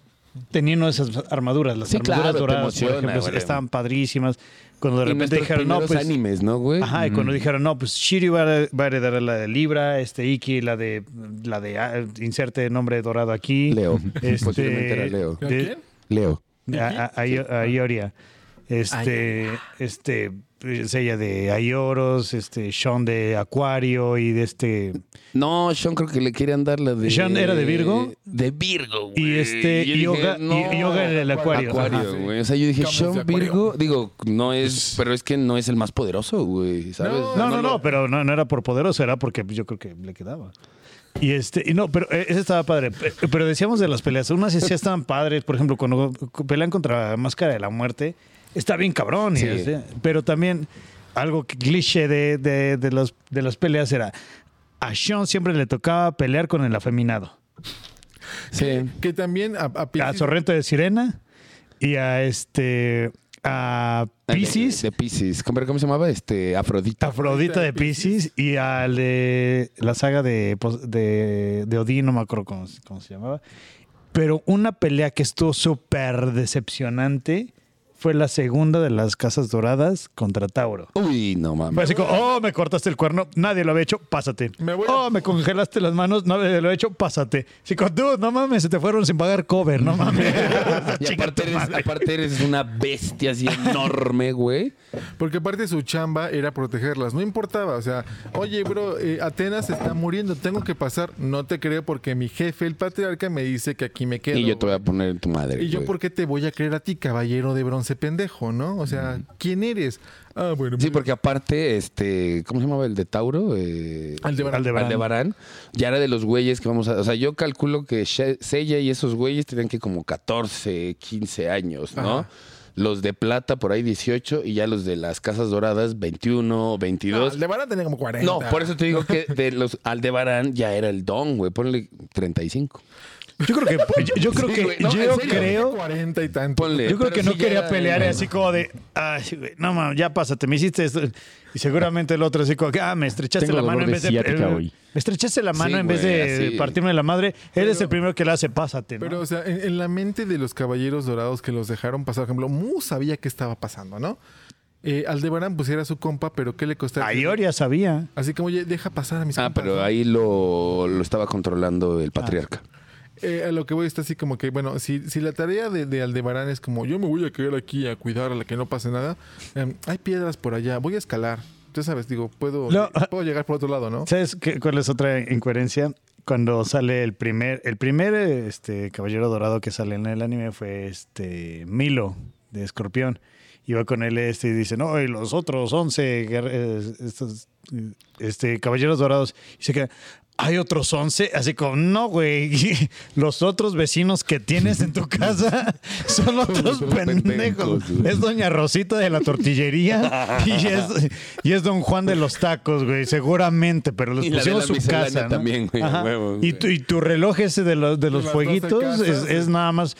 S4: teniendo esas armaduras, las
S3: Sí,
S4: armaduras
S3: claro, te
S4: doradas, por
S3: emociona,
S4: ejemplo,
S3: güey.
S4: estaban padrísimas. Cuando de
S3: Y
S4: repente
S3: nuestros
S4: dijeron, no,
S3: primeros
S4: pues.
S3: animes, ¿no, güey?
S4: Ajá, y cuando dijeron, no, pues Shiryu va a, va a heredar la de Libra, este Iki, la de, la de, ah, inserte nombre dorado aquí.
S3: Leo.
S4: Este,
S3: Posiblemente era Leo.
S4: de-
S2: ¿A quién?
S3: Leo.
S4: a, a- a- Io- a Ioria. Este, este, es ella de Ayoros, este, Sean de Acuario y de este.
S3: No, Sean creo que le querían dar la de.
S4: ¿Sean era de Virgo?
S3: De Virgo, güey.
S4: Y este,
S3: yo dije,
S4: yoga,
S3: no.
S4: y- yoga en el acuario. Ajá. Pues-
S3: Acuario,
S2: Ajá.
S3: güey. O sea, yo dije,
S2: Cambios de
S3: Sean
S2: acuario.
S3: Virgo, digo, no es, pero es que no es el más poderoso, güey, ¿sabes?
S2: No,
S4: No, no, no, pero no, no era por poderoso, era porque yo creo que le quedaba. Y este, y no, pero eh, ese estaba padre. Pe- Pero decíamos de las peleas, unas sí estaban padres, por ejemplo, cuando pelean contra Máscara de la Muerte, está bien cabrón. y
S3: Sí.
S4: este, pero también algo que- cliché de, de, de las, de las peleas era, a Sean siempre le tocaba pelear con el afeminado.
S3: Sí.
S2: Que también a, a
S4: A
S2: Piscis-
S4: Sorrento de Sirena y a este, a Pisces.
S3: De, de Pisces. ¿Cómo, cómo se llamaba? Este, Afrodita.
S4: Afrodita de Pisces y al de la saga de, pos- de, de Odín, no me acuerdo cómo, se- cómo se llamaba. Pero una pelea que estuvo súper decepcionante fue la segunda de las Casas Doradas contra Tauro.
S3: Uy, no
S4: Fue
S3: mames.
S4: así como, oh, me cortaste el cuerno, nadie lo había hecho, pásate.
S2: Me voy a-
S4: Oh, me congelaste las manos, nadie lo había hecho, pásate. Sí, como, dude, no mames, se te fueron sin pagar cover, no mames.
S3: Y
S4: Chinga tu
S3: aparte eres,
S4: madre.
S3: aparte eres una bestia así enorme, güey.
S2: Porque aparte su chamba era protegerlas, no importaba, o sea, oye, bro, eh, Atenas está muriendo, tengo que pasar, no te creo porque mi jefe, el patriarca, me dice que aquí me quedo.
S3: Y yo te voy a poner en tu madre.
S2: ¿Y yo
S3: güey.
S2: por qué te voy a creer a ti, caballero de bronce pendejo, no? O sea, ¿quién eres? Ah, bueno.
S3: Sí,
S2: mira.
S3: porque aparte, este, ¿cómo se llamaba el de Tauro? Eh,
S2: Aldebarán.
S4: Aldebarán.
S3: Aldebarán. Ya era de los güeyes que vamos a. O sea, yo calculo que She- Sella y esos güeyes tenían que como 14, 15 años, ¿no?
S2: Ajá.
S3: Los de plata por ahí 18 y ya los de las casas doradas 21,
S2: No,
S3: 22.
S2: le van a tener como 40.
S3: No, por eso te digo que de los Aldebarán ya era el don, güey. Ponle 35.
S4: Yo creo que, yo, yo creo
S3: Sí,
S4: que,
S3: güey, no, en
S4: yo
S3: serio.
S4: creo
S2: 40 y tanto.
S3: Ponle.
S4: Yo creo
S3: Eh, Pero
S4: que
S3: sí
S4: no
S3: ya
S4: quería
S3: era-
S4: pelear así como de, ay, güey, no mames, ya pásate, me hiciste esto. Y seguramente el otro así como, que, ah, me estrechaste
S5: Tengo
S4: la mano
S5: dolor
S4: en
S5: de
S4: vez de.
S5: ciática
S4: eh,
S5: hoy.
S4: Me estrechaste la mano
S3: Sí,
S4: en vez
S3: güey,
S4: de
S3: así.
S4: partirme la madre. Eres
S2: Pero-
S4: el primero que la hace, pásate. ¿no?
S2: Pero, o sea, en, en la mente de los caballeros dorados que los dejaron pasar, por ejemplo, Mu sabía qué estaba pasando, ¿no? Eh, Aldebarán, pues era su compa, pero ¿qué le costaba?
S4: a Ioria sabía.
S2: Así como, oye, deja pasar a mis
S3: Ah,
S2: compas,
S3: pero
S2: ¿no?
S3: ahí lo, lo estaba controlando el patriarca.
S2: Eh, a lo que voy está así como que, bueno, si, si la tarea de, de Aldebarán es como, yo me voy a quedar aquí a cuidar a la que no pase nada, em, hay piedras por allá, voy a escalar. Tú sabes, digo, puedo,
S4: No.
S2: puedo llegar por otro lado, ¿no?
S4: ¿Sabes qué- cuál es otra incoherencia? Cuando sale el primer, el primer este, caballero dorado que sale en el anime fue este Milo de Escorpión. Iba con él este y dice, no, y los otros 11 guerr- eh, estos, eh, este, caballeros dorados. Y se queda, hay otros 11, así como, no, güey, los otros vecinos que tienes en tu casa son otros pendejos.
S3: pendejos, güey.
S4: Es doña Rosita de la tortillería y es, y es don Juan de los tacos, güey, seguramente, pero los
S3: Y la de
S4: pusimos
S3: la
S4: su
S3: miscelánea
S4: casa. ¿no?
S3: también, güey, a
S4: Ajá.
S3: huevo,
S4: y,
S3: güey.
S4: tu, y tu reloj ese de los, de los
S2: las doce
S4: fueguitos
S2: casas,
S4: es, es
S2: sí.
S4: nada más,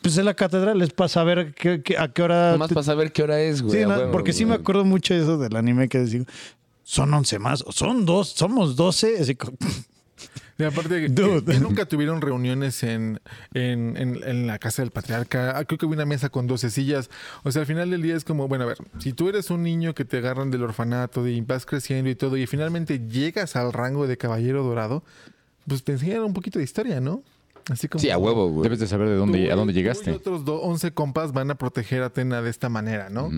S4: pues es la catedral, es para saber qué- qué- a qué hora...
S3: Nomás
S4: te-
S3: para saber qué hora es, güey.
S4: Sí,
S3: a
S4: no,
S3: huevo,
S4: porque sí me
S3: güey.
S4: acuerdo mucho eso del anime que digo, son 11 más, o son dos, somos 12, así como-
S2: Y aparte, que-
S4: Dude.
S2: que nunca tuvieron reuniones en, en, en- en la casa del patriarca. Ah, Creo que hubo una mesa con 12 sillas. O sea, al final del día es como, bueno, a ver, si tú eres un niño que te agarran del orfanato y vas creciendo y todo, y finalmente llegas al rango de caballero dorado, pues te enseñan un poquito de historia, ¿no? Así como.
S3: Sí, a huevo, güey.
S1: Debes de saber de
S2: Tú
S1: dónde,
S2: y-
S1: a dónde
S2: tú Y
S1: llegaste.
S2: otros do- 11 compas van a proteger a Atena de esta manera, ¿no?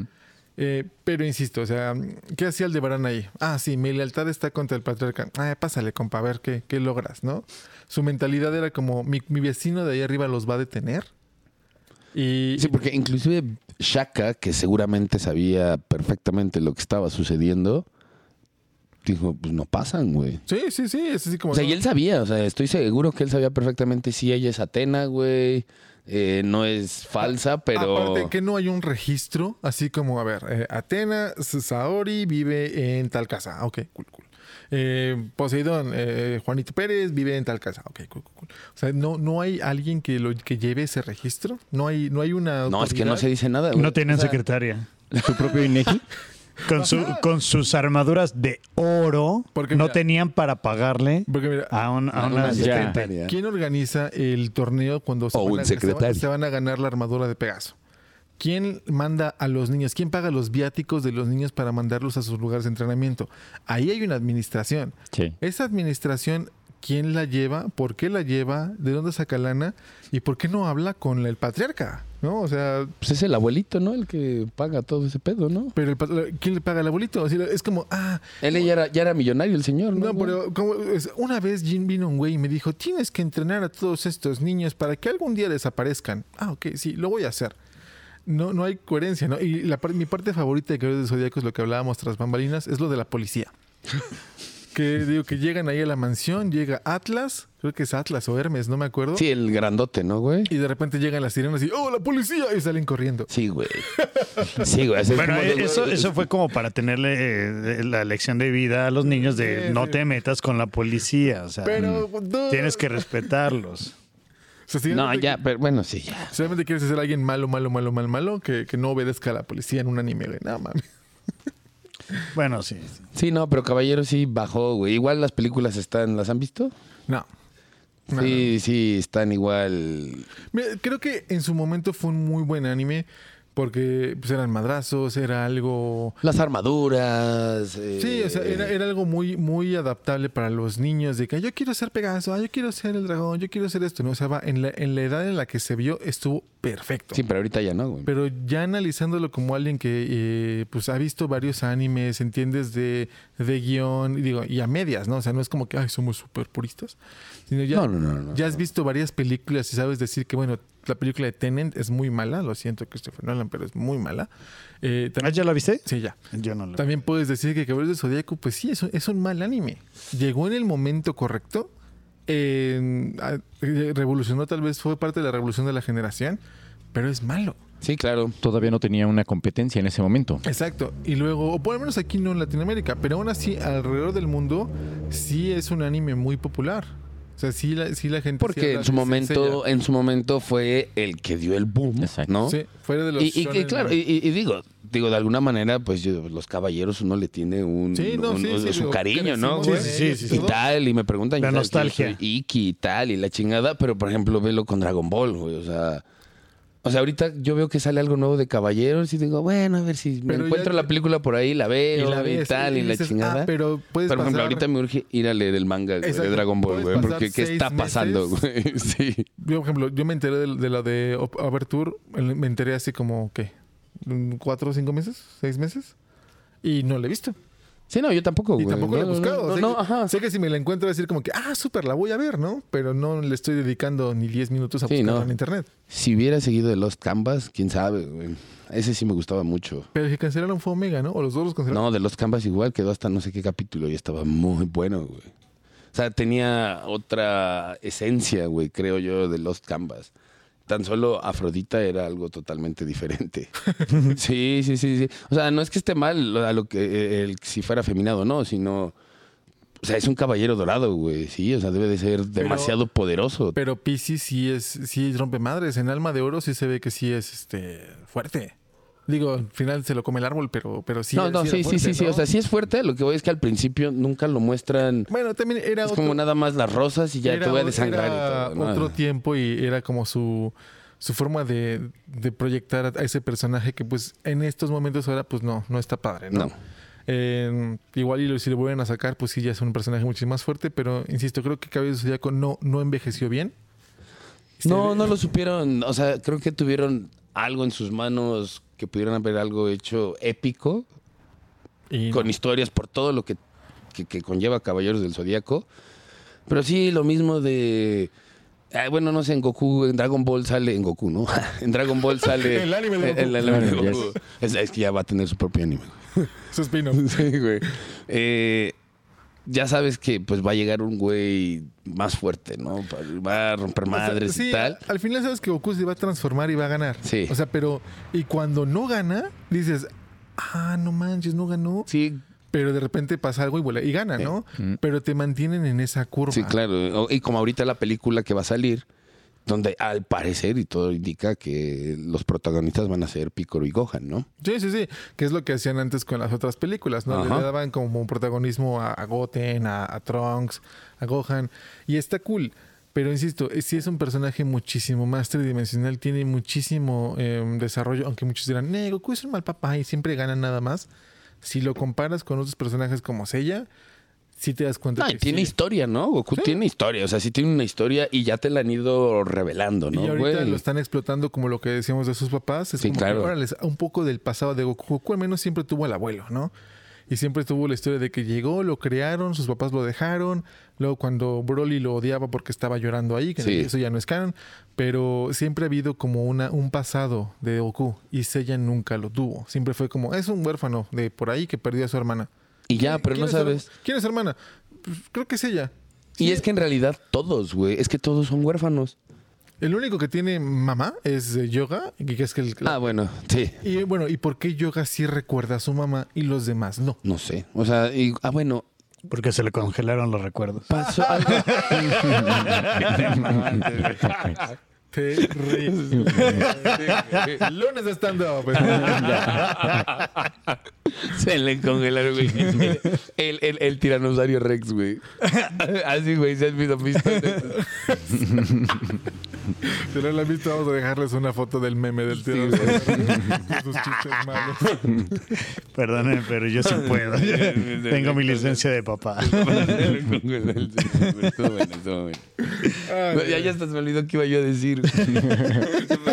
S2: Eh, pero insisto, o sea, ¿qué hacía Aldebarán ahí? Ah, sí, mi lealtad está contra el patriarca. Ah, pásale, compa, a ver qué, qué logras, ¿no? Su mentalidad era como, mi, mi vecino de ahí arriba los va a detener. Y
S3: Sí, porque inclusive Shaka, que seguramente sabía perfectamente lo que estaba sucediendo, dijo, pues no pasan, güey.
S2: sí, sí, sí, es así como...
S3: O sea,
S2: ¿no?
S3: y él sabía, o sea, estoy seguro que él sabía perfectamente si ella es Atena, güey. eh, no es falsa, pero...
S2: Aparte que no hay un registro, así como, a ver, eh, Atena Saori vive en tal casa. Ah, Ok, cool, cool. Eh, Poseidón, eh, Juanito Pérez vive en tal casa. Ok, cool, cool, cool. O sea, no, no hay alguien que, lo, que lleve ese registro. No hay, no hay una.
S3: No, es que no
S2: autoridad.
S3: se dice nada, Ah, güey.
S4: no tienen
S3: O sea,
S4: secretaria.
S5: ¿Tu propio Inegi?
S4: con, su, con sus armaduras de oro,
S2: Porque
S4: no
S2: mira-
S4: tenían para pagarle
S2: Porque mira,
S4: a, un- a
S3: A
S4: una
S3: una
S4: asistente.
S3: secretaria.
S2: ¿Quién organiza el torneo cuando se,
S3: O
S2: van
S3: un
S2: a, se van-
S3: secretario.
S2: se van a ganar la armadura de Pegaso? ¿Quién manda a los niños? ¿Quién paga los viáticos de los niños para mandarlos a sus lugares de entrenamiento? Ahí hay una administración.
S5: Sí.
S2: Esa administración, ¿quién la lleva? ¿Por qué la lleva? ¿De dónde saca lana? ¿Y por qué no habla con la- el patriarca? ¿No? O sea,
S3: Pues es el abuelito, ¿no? El que paga todo ese pedo, ¿no?
S2: pero el pat- ¿quién le paga al abuelito? Así, Es como, ah,
S3: Él ya era, ya era millonario el señor, ¿no?
S2: No, pero como, es- una vez Jim vino un güey y me dijo, tienes que entrenar a todos estos niños para que algún día desaparezcan. Ah, ok, sí, lo voy a hacer. No, no hay coherencia, ¿no? Y la, par- mi parte favorita de Caballeros del Zodíaco es lo que hablábamos tras bambalinas, es lo de la policía. que digo que llegan ahí a la mansión, llega Atlas, creo que es Atlas o Hermes, no me acuerdo.
S3: Sí, el grandote, ¿no, güey?
S2: Y de repente llegan las sirenas y, ¡oh, la policía! Y salen corriendo.
S3: Sí, güey. Sí, güey. así
S4: Bueno, eh,
S3: como de-
S4: eso, eso fue como para tenerle eh, la lección de vida a los niños de
S2: Sí,
S4: no
S2: sí.
S4: te metas con la policía, o sea,
S2: Pero, dude.
S4: tienes que respetarlos.
S2: O sea, si
S3: Mm. No,
S2: realmente-
S3: ya, pero bueno, sí, ya.
S2: Si realmente quieres ser alguien malo, malo, malo, malo, malo, que, que no obedezca a la policía en un anime, güey. No mames.
S4: Bueno, sí. sí.
S3: Sí, no, pero Caballero sí bajó, güey. Igual las películas están, ¿las han visto?
S2: No. No,
S3: Sí, sí, están igual.
S2: Mira, creo que en su momento fue un muy buen anime porque pues, eran madrazos, era algo...
S3: Las armaduras. eh,
S2: Sí, o sea, era, era algo muy, muy adaptable para los niños de que yo quiero ser Pegaso, ah, yo quiero ser el dragón, yo quiero ser esto. No, o sea, va, en, la, en la edad en la que se vio estuvo perfecto.
S3: Sí, pero ahorita ya no, güey.
S2: Pero ya analizándolo como alguien que eh, pues ha visto varios animes, entiendes de, de guión, y digo, y a medias, ¿no? O sea, no es como que ay somos super puristas. Sino ya,
S3: No, no, no, no,
S2: ya has visto varias películas y sabes decir que, bueno, la película de Tenant es muy mala, lo siento Christopher Nolan, pero es muy mala. Eh,
S4: ¿Ah,
S2: también,
S4: ¿Ya la viste?
S2: sí, ya.
S4: Yo no la
S2: También puedes decir que Caballeros de Zodíaco, pues sí, es un, es un mal anime. Llegó en el momento correcto. en- a- eh, revolucionó, tal vez fue parte de la revolución de la generación, pero es malo.
S3: Sí, claro.
S5: Todavía no tenía una competencia en ese momento.
S2: Exacto. Y luego, o por lo menos aquí no en Latinoamérica, pero aún así alrededor del mundo sí es un anime muy popular. O sea, sí la, sí la gente... sí
S3: Porque
S2: habla
S3: en su
S2: de
S3: momento,
S2: Saint
S3: en su momento fue el que dio el boom,
S5: Exacto.
S3: ¿no?
S2: Seiya. Sí, fuera de los...
S3: Y, y- y
S2: shonen.
S3: claro, y, y- y digo, digo, de alguna manera, pues yo- los caballeros uno le tiene un,
S2: Sí, no,
S3: un-
S2: sí,
S3: un-
S2: sí,
S3: su
S2: digo,
S3: cariño, ¿no?
S2: crecimos
S3: güey?
S2: con
S4: Sí, sí,
S2: ellos
S4: sí,
S2: y
S4: sí.
S3: Y
S2: todo.
S3: tal, y me preguntan
S4: La
S3: yo, ¿sabes
S4: nostalgia.
S3: quién soy? Iki y tal, y la chingada, pero por ejemplo, velo con Dragon Ball, güey. O sea, o sea, ahorita yo veo que sale algo nuevo de caballeros y digo, bueno, a ver si me
S2: Pero ya
S3: encuentro
S2: te-
S3: la película por ahí, la
S2: Y
S3: veo y,
S2: la ves,
S3: tal, y,
S2: y
S3: la
S2: dices,
S3: chingada.
S2: ah, pero puedes
S3: por ejemplo,
S2: pasar-
S3: ahorita me urge ir a leer el manga güey, de
S2: Exacto,
S3: Dragon Ball,
S2: puedes
S3: güey,
S2: pasar
S3: porque ¿qué
S2: seis
S3: está pasando,
S2: meses.
S3: güey? Sí.
S2: Yo, por ejemplo, yo me enteré de, de la de Op- Overture, el- me enteré así como, ¿qué? Mm, ¿Cuatro o cinco meses? ¿Seis meses? Y no la he visto.
S3: Sí, no, yo tampoco,
S2: Y
S3: güey.
S2: tampoco
S3: Oh, No,
S2: la he
S3: no,
S2: buscado.
S3: No,
S2: sé,
S3: no,
S2: que,
S3: ajá.
S2: sé que si me la encuentro voy a decir como que, ah, súper, la voy a ver, ¿no? Pero no le estoy dedicando ni 10 minutos a
S3: Sí,
S2: buscarla
S3: no.
S2: en internet.
S3: Si hubiera seguido de Lost Canvas, quién sabe, güey. Ese sí me gustaba mucho.
S2: Pero el que cancelaron fue Omega, ¿no? O los dos los cancelaron.
S3: No, de Lost Canvas igual quedó hasta no sé qué capítulo y estaba muy bueno, güey. O sea, tenía otra esencia, güey, creo yo, de Lost Canvas. Tan solo Afrodita era algo totalmente diferente. sí, sí, sí, sí. O sea, no es que esté mal lo- a lo que eh, el, si fuera feminado o no, sino. O sea, es un caballero dorado, güey. Sí, o sea, debe de ser demasiado poderoso.
S2: Pero Pisces sí es, sí rompe madres. En Alma de Oro sí se ve que sí es este fuerte. Digo, al final se lo come el árbol, pero, pero sí.
S3: no, no,
S2: era
S3: sí,
S2: fuerte,
S3: sí, sí, sí.
S2: ¿no?
S3: O sea, sí es fuerte. Lo que voy es que al principio nunca lo muestran.
S2: Bueno, también era
S3: Es
S2: otro,
S3: como nada más las rosas y ya
S2: era-
S3: te voy a desangrar
S2: era
S3: y todo. ¿no?
S2: otro tiempo y era como su, su forma de, de proyectar a ese personaje que pues en estos momentos ahora pues no, no está padre, ¿no?
S3: No.
S2: Eh, igual y lo- si lo vuelven a sacar, pues sí, ya es un personaje mucho más fuerte, pero insisto, creo que Cabello Zodíaco no, no envejeció bien.
S3: No,
S2: Se-
S3: no lo supieron. O sea, creo que tuvieron algo en sus manos que pudieron haber algo hecho épico,
S2: y
S3: con historias por todo lo que, que- que conlleva Caballeros del Zodíaco. Pero sí, lo mismo de. ah, bueno, no sé, en Goku, en Dragon Ball sale. En Goku, ¿no? en Dragon Ball sale.
S2: El anime de Goku.
S3: el- el anime de
S5: Claro,
S3: Goku. Es, es que ya va a tener su propio anime.
S2: su espino.
S3: Sí, güey. Eh, ya sabes que pues va a llegar un güey más fuerte, ¿no? Va a romper madres
S2: O sea, sí,
S3: y tal.
S2: Al final sabes que Goku se va a transformar y va a ganar.
S3: Sí.
S2: O sea, pero. Y cuando no gana, dices, ah, no manches, no ganó.
S3: Sí,
S2: Pero de repente pasa algo y vuela y gana,
S3: Mm.
S2: ¿no? Pero te mantienen en esa curva.
S3: sí, claro. O- Y como ahorita la película que va a salir, donde al parecer y todo indica que los protagonistas van a ser Picoro y Gohan, ¿no?
S2: Sí, sí, sí. Que es lo que hacían antes con las otras películas, ¿no? Le-
S3: Ajá.
S2: Le daban como un protagonismo a, a Goten, a, a Trunks, a Gohan. Y está cool. Pero insisto, eh, sí es un personaje muchísimo más tridimensional, tiene muchísimo eh, desarrollo, aunque muchos dirán, "Nee, Goku es un mal papá y siempre gana nada más. Si lo comparas con otros personajes como Seiya, sí te das cuenta
S3: Ah, y
S2: que
S3: tiene
S2: sí.
S3: historia, ¿no? Goku tiene historia, o sea, sí tiene una historia y ya te la han ido revelando, ¿no?
S2: y ahorita
S3: güey?
S2: lo están explotando como lo que decíamos de sus papás. Es
S3: Sí,
S2: como
S3: claro.
S2: que, órale, un poco del pasado de Goku. Goku al menos siempre tuvo al abuelo, ¿no? Y siempre tuvo la historia de que llegó, lo crearon, sus papás lo dejaron. Luego cuando Broly lo odiaba porque estaba llorando ahí, que
S3: Sí.
S2: eso ya no es canon. Pero siempre ha habido como una, un pasado de Goku. Y Seiya nunca lo tuvo. Siempre fue como, es un huérfano de por ahí que perdió a su hermana.
S3: Y ya, pero
S2: ¿Quién
S3: no
S2: es su-
S3: sabes.
S2: ¿Quién es su hermana? Pues, creo que es ella.
S3: Y es que en realidad todos, güey, es que todos son huérfanos.
S2: El único que tiene mamá es eh, Yoga, que es que el,
S3: Ah, bueno, sí.
S2: Y eh, bueno, ¿y por qué Yoga sí recuerda a su mamá y los demás no?
S3: No sé. O sea, y- ah, bueno,
S4: Porque se le congelaron los recuerdos.
S3: pasó algo.
S2: Te ríes. Lunes de stand-up. pues.
S3: Ah, Se le congelaron, güey. El, el, el tiranosaurio Rex, güey. Así, güey, se has visto visto.
S2: Si no lo han visto, vamos a dejarles una foto del meme del tío. Con sus chistes malos.
S4: Perdónenme, pero yo sí puedo. Tengo mi licencia de papá.
S3: Estuvo bueno, estuvo bueno. No, ya, ya hasta se me olvidó qué iba yo a decir.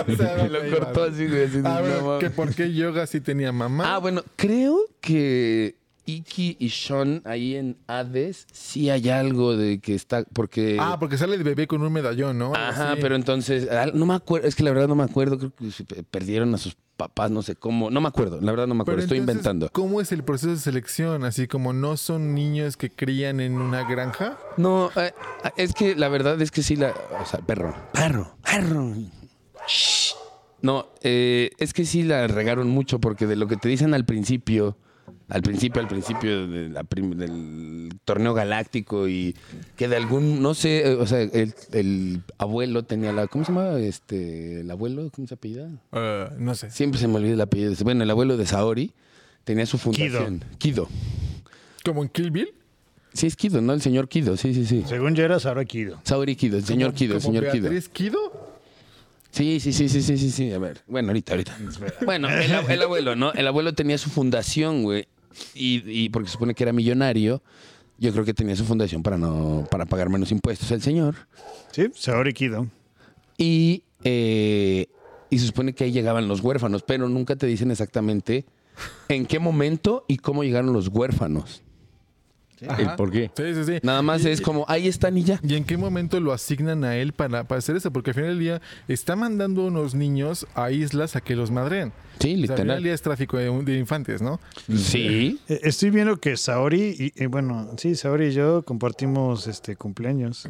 S2: Pensaron
S3: lo
S2: que
S3: cortó
S2: ibas.
S3: así, güey. así,
S2: A
S3: no
S2: ver,
S3: mames.
S2: que por qué Yoga sí tenía mamá.
S3: Ah, bueno, creo que Iki y Sean ahí en Hades sí hay algo de que está. Porque.
S2: Ah, porque sale de bebé con un medallón, ¿no? Algo
S3: Ajá,
S2: así.
S3: pero entonces, al- no me acuerdo, es que la verdad no me acuerdo, creo que se pe- perdieron a sus papás, no sé cómo, no me acuerdo, la verdad no me
S2: Pero
S3: acuerdo, estoy
S2: entonces,
S3: inventando.
S2: ¿Cómo es el proceso de selección? Así como no son niños que crían en una granja.
S3: No, eh, es que la verdad es que sí, la, o sea, perro, perro, perro. Shh. No, eh, es que sí la regaron mucho porque de lo que te dicen al principio, al principio, al principio de la prim- del torneo galáctico y que de algún, no sé, eh, o sea, el, el abuelo tenía la, ¿cómo se llama? Este, el abuelo, ¿cómo se apellida?
S2: eh, no sé.
S3: Siempre se me olvida el apellido. Bueno, el abuelo de Saori tenía su fundación. Kido.
S2: Como en Kill Bill.
S3: Sí, es Kido, ¿no? El señor Kido, sí, sí, sí.
S4: Según yo eras ahora Kido.
S3: Saori Kido, el señor
S2: Como-
S3: Kido, el
S2: como
S3: señor Kido.
S2: Beatriz Kido.
S3: Sí, sí, sí, sí, sí, sí, sí. A ver. Bueno, ahorita, ahorita. Bueno, el, ab- el abuelo, ¿no? El abuelo tenía su fundación, güey. Y, y porque se supone que era millonario, yo creo que tenía su fundación para no, para pagar menos impuestos el señor.
S4: Sí, Saori Kido.
S3: Y, eh, y se supone que ahí llegaban los huérfanos, pero nunca te dicen exactamente en qué momento y cómo llegaron los huérfanos.
S2: Ajá.
S5: ¿Por qué?
S2: Sí, sí, sí.
S3: Nada más
S2: Y-
S3: es como, ahí están y ya.
S2: ¿Y en qué momento lo asignan a él para, para hacer eso? Porque al final del día está mandando a unos niños a islas a que los madreen.
S3: Sí,
S2: O sea, al final del
S3: literal.
S2: día es tráfico de, de infantes, ¿no?
S3: Sí.
S4: Eh, Estoy viendo que Saori y eh, bueno, sí, Saori y yo compartimos este cumpleaños.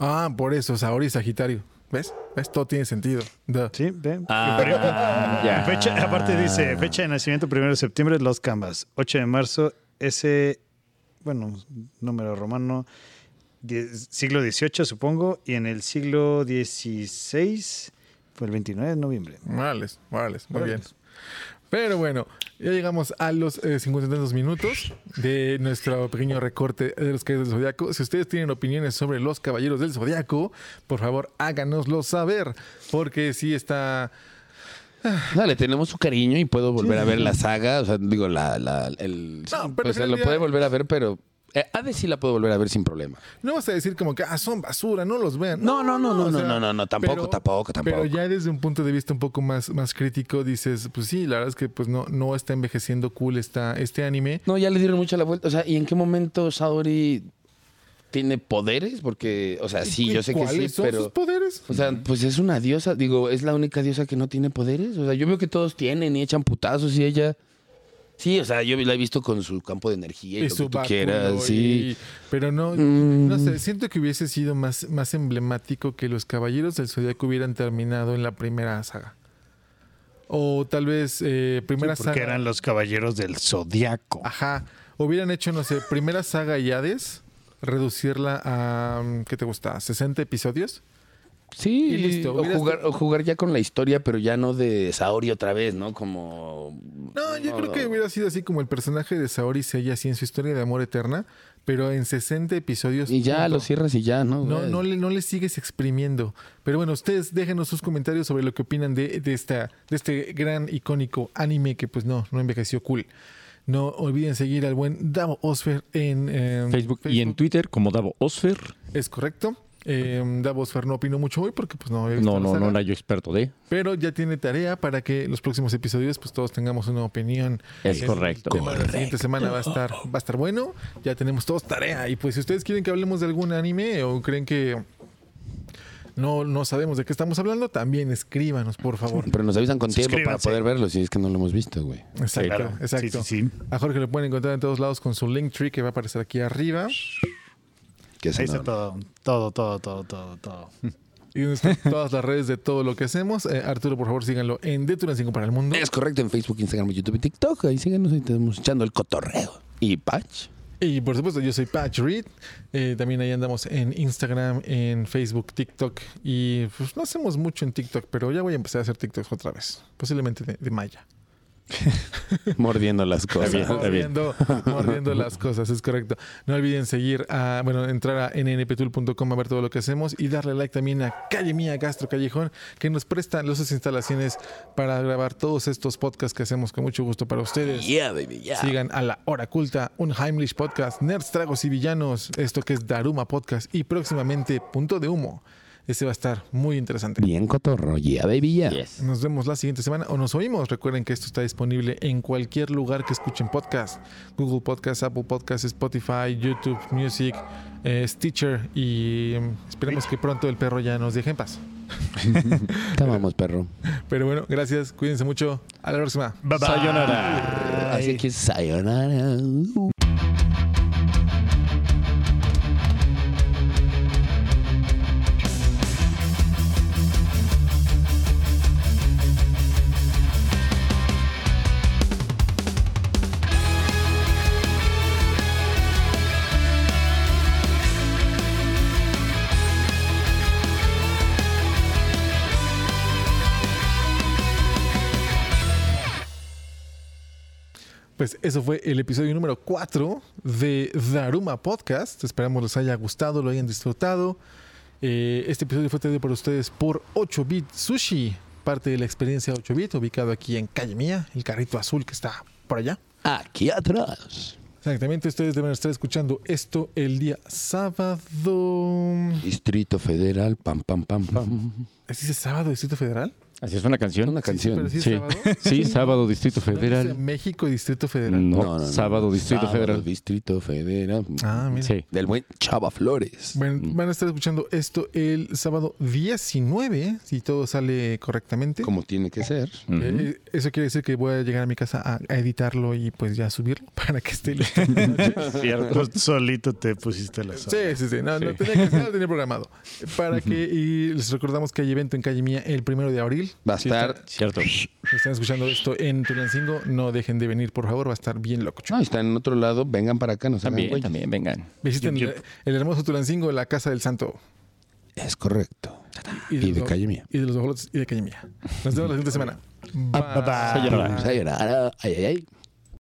S2: Ah, por eso, Saori y Sagitario. ¿Ves? ¿Ves? Todo tiene sentido. Duh.
S4: Sí, ve.
S3: Ah,
S4: Pero-
S3: ya.
S4: fecha, aparte dice, fecha de nacimiento primero de septiembre, Los Canvas. 8 de marzo, ese, bueno, número romano, diez- siglo XVIII supongo, y en el siglo XVI fue el 29 de noviembre.
S2: Morales, morales, muy bien.
S4: Órales.
S2: Pero bueno, ya llegamos a los eh, 52 minutos de nuestro pequeño recorte de los Caballeros del Zodiaco. Si ustedes tienen opiniones sobre los Caballeros del Zodiaco, por favor háganoslo saber, porque sí está.
S3: No, le tenemos su cariño y puedo volver a ver la saga. O sea, digo, la, la- el,
S2: No,
S3: sí,
S2: pero
S3: o sea,
S2: al
S3: lo
S2: final
S3: puede
S2: ya-
S3: volver a ver, pero eh, Hades sí la puedo volver a ver sin problema.
S2: No vas a decir como que ah, son basura, no los vean.
S3: No, no, no, no,
S2: o
S3: no, no, no, no, tampoco, tampoco, tampoco.
S2: Pero ya desde un punto de vista un poco más, más crítico dices, pues sí, la verdad es que pues no, no está envejeciendo cool esta, este anime.
S3: No, ya le dieron mucha la vuelta. O sea, ¿y en qué momento Saori tiene poderes? Porque, o sea, sí,
S2: ¿Y
S3: yo sé que sí,
S2: ¿Cuáles son sus
S3: pero.
S2: poderes?
S3: O sea, pues es una diosa. Digo, es la única diosa que no tiene poderes. O sea, yo veo que todos tienen y echan putazos y ella. Sí, o sea, yo la he visto con su campo de energía y, lo que tú
S2: báculo
S3: quieras.
S2: y-
S3: Sí.
S2: Pero no,
S3: Mm.
S2: no sé, siento que hubiese sido más, más emblemático que los Caballeros del Zodiaco hubieran terminado en la primera saga. O tal vez eh, primera
S4: Porque
S2: saga. Ah,
S4: eran los caballeros del zodiaco.
S2: Ajá. Hubieran hecho, no sé, primera saga y Hades, reducirla a, mm, ¿qué te gusta? ¿60 episodios?
S3: Sí,
S2: Y listo,
S3: O
S2: hubiera
S3: jugar, o jugar ya con la historia, pero ya no de Saori otra vez, ¿no? Como.
S2: No, yo creo que hubiera sido así como el personaje de Saori Seiya, así en su historia de amor eterna, pero en 60 episodios.
S3: Y ya
S2: punto.
S3: lo cierras y ya, ¿no?
S2: No,
S3: Güey.
S2: no, le, no le sigues exprimiendo. Pero bueno, ustedes déjenos sus comentarios sobre lo que opinan de, de esta, de este gran icónico anime que pues no, no envejeció cool. No olviden seguir al buen Davo Osfer en eh,
S5: Facebook, y en Twitter como Davo Osfer.
S2: Es correcto. Eh, Davo Osfer no opinó mucho hoy porque pues no había visto
S5: No,
S2: la
S5: no,
S2: saga.
S5: no era yo experto de.
S2: Pero ya tiene tarea para que los próximos episodios pues todos tengamos una opinión.
S5: Es
S2: El
S5: correcto.
S2: tema de La siguiente semana va a estar va a estar bueno. Ya tenemos todos tarea y pues si ustedes quieren que hablemos de algún anime o creen que no no sabemos de qué estamos hablando, también escríbanos, por favor.
S3: Pero nos avisan con tiempo para
S4: Suscríbanse.
S3: poder verlo, si es que no lo hemos visto, güey.
S2: Exacto,
S4: claro.
S2: exacto.
S4: Sí, sí, sí.
S2: A Jorge lo pueden encontrar en todos lados con su link tree que va a aparecer aquí arriba.
S3: Que es
S4: Ahí está
S3: enorme.
S4: todo, todo, todo, todo, todo, todo.
S2: Y donde están todas las redes de todo lo que hacemos. Eh, Arturo, por favor, síganlo en Deturan 5 para el mundo.
S3: Es correcto en Facebook, Instagram, YouTube y TikTok. Ahí síganos y estamos echando el cotorreo. Y Patch.
S2: Y por supuesto, yo soy Patch Reed. Eh, también ahí andamos en Instagram, en Facebook, TikTok. Y pues no hacemos mucho en TikTok, pero ya voy a empezar a hacer TikToks otra vez. Posiblemente de, de Maya.
S3: Mordiendo las cosas.
S2: mordiendo, mordiendo las cosas, es correcto. No olviden seguir a, bueno, entrar a nnptool.com a ver todo lo que hacemos y darle like también a Calle Mía Gastro Callejón, que nos presta las instalaciones para grabar todos estos podcasts que hacemos con mucho gusto para ustedes.
S3: Yeah, baby, yeah.
S2: Sigan a La Hora Culta, un Heimlich Podcast, Nerds, Tragos y Villanos, esto que es Daruma Podcast y próximamente Punto de Humo. Ese va a estar muy interesante.
S3: Bien cotorro. Yeah, baby, yeah.
S5: Yes.
S2: Nos vemos la siguiente semana o nos oímos. Recuerden que esto está disponible en cualquier lugar que escuchen podcast. Google Podcast, Apple Podcast, Spotify, YouTube Music, eh, Stitcher y mm, esperemos que pronto el perro ya nos deje en paz.
S3: Te amamos, perro.
S2: Pero bueno, gracias, cuídense mucho. A la próxima.
S4: Bye, bye.
S3: Así que sayonara.
S2: Pues eso fue el episodio número 4 de Daruma Podcast. Esperamos les haya gustado, lo hayan disfrutado. Eh, este episodio fue traído por ustedes por 8-Bit Sushi, parte de la experiencia 8-Bit, ubicado aquí en Calle Mía, el carrito azul que está por allá.
S3: Aquí atrás.
S2: Exactamente, ustedes deben estar escuchando esto el día sábado.
S3: Distrito Federal. Pam, pam, pam, pam.
S2: ¿Es ese sábado, Distrito Federal?
S5: Así es una canción.
S3: Una canción.
S2: pero sí es
S5: Sí.
S2: sábado.
S5: Sí, sábado Distrito
S2: ¿No dice
S5: Federal. Mm.
S2: México y Distrito Federal.
S5: No,
S3: No, no, no.
S5: sábado Distrito
S3: Sábado,
S5: Federal.
S3: Distrito Federal.
S2: Ah, mira.
S5: Sí.
S3: Del buen Chava Flores.
S2: Bueno, van a estar escuchando esto el sábado 19, si todo sale correctamente.
S3: Como tiene que ser.
S5: Ujú.
S2: Eh, Eso quiere decir que voy a llegar a mi casa a, a editarlo y pues ya subirlo para que esté listo.
S4: Tú solito te pusiste la soga.
S2: sí, sí, sí. No, no tenía que ya lo tenía programado. Para que, y les recordamos que hay evento en Calle Mía el primero de abril.
S3: Va a estar.
S5: Cierto.
S2: Si están escuchando esto en Tulancingo, no dejen de venir, por favor, va a estar bien loco.
S3: No, está en otro lado. Vengan para acá. Nos
S5: También, también, vengan.
S2: Visiten
S4: Yup,
S2: el, el hermoso Tulancingo, la casa del santo.
S3: Es correcto.
S2: Y
S3: Y de
S2: los-
S3: calle mía.
S2: Y de los ojos y de Calle Mía. Nos vemos la siguiente semana. Bye.
S4: Bye, bye.
S5: Sayonara.
S3: Sayonara. Ay, ay, ay.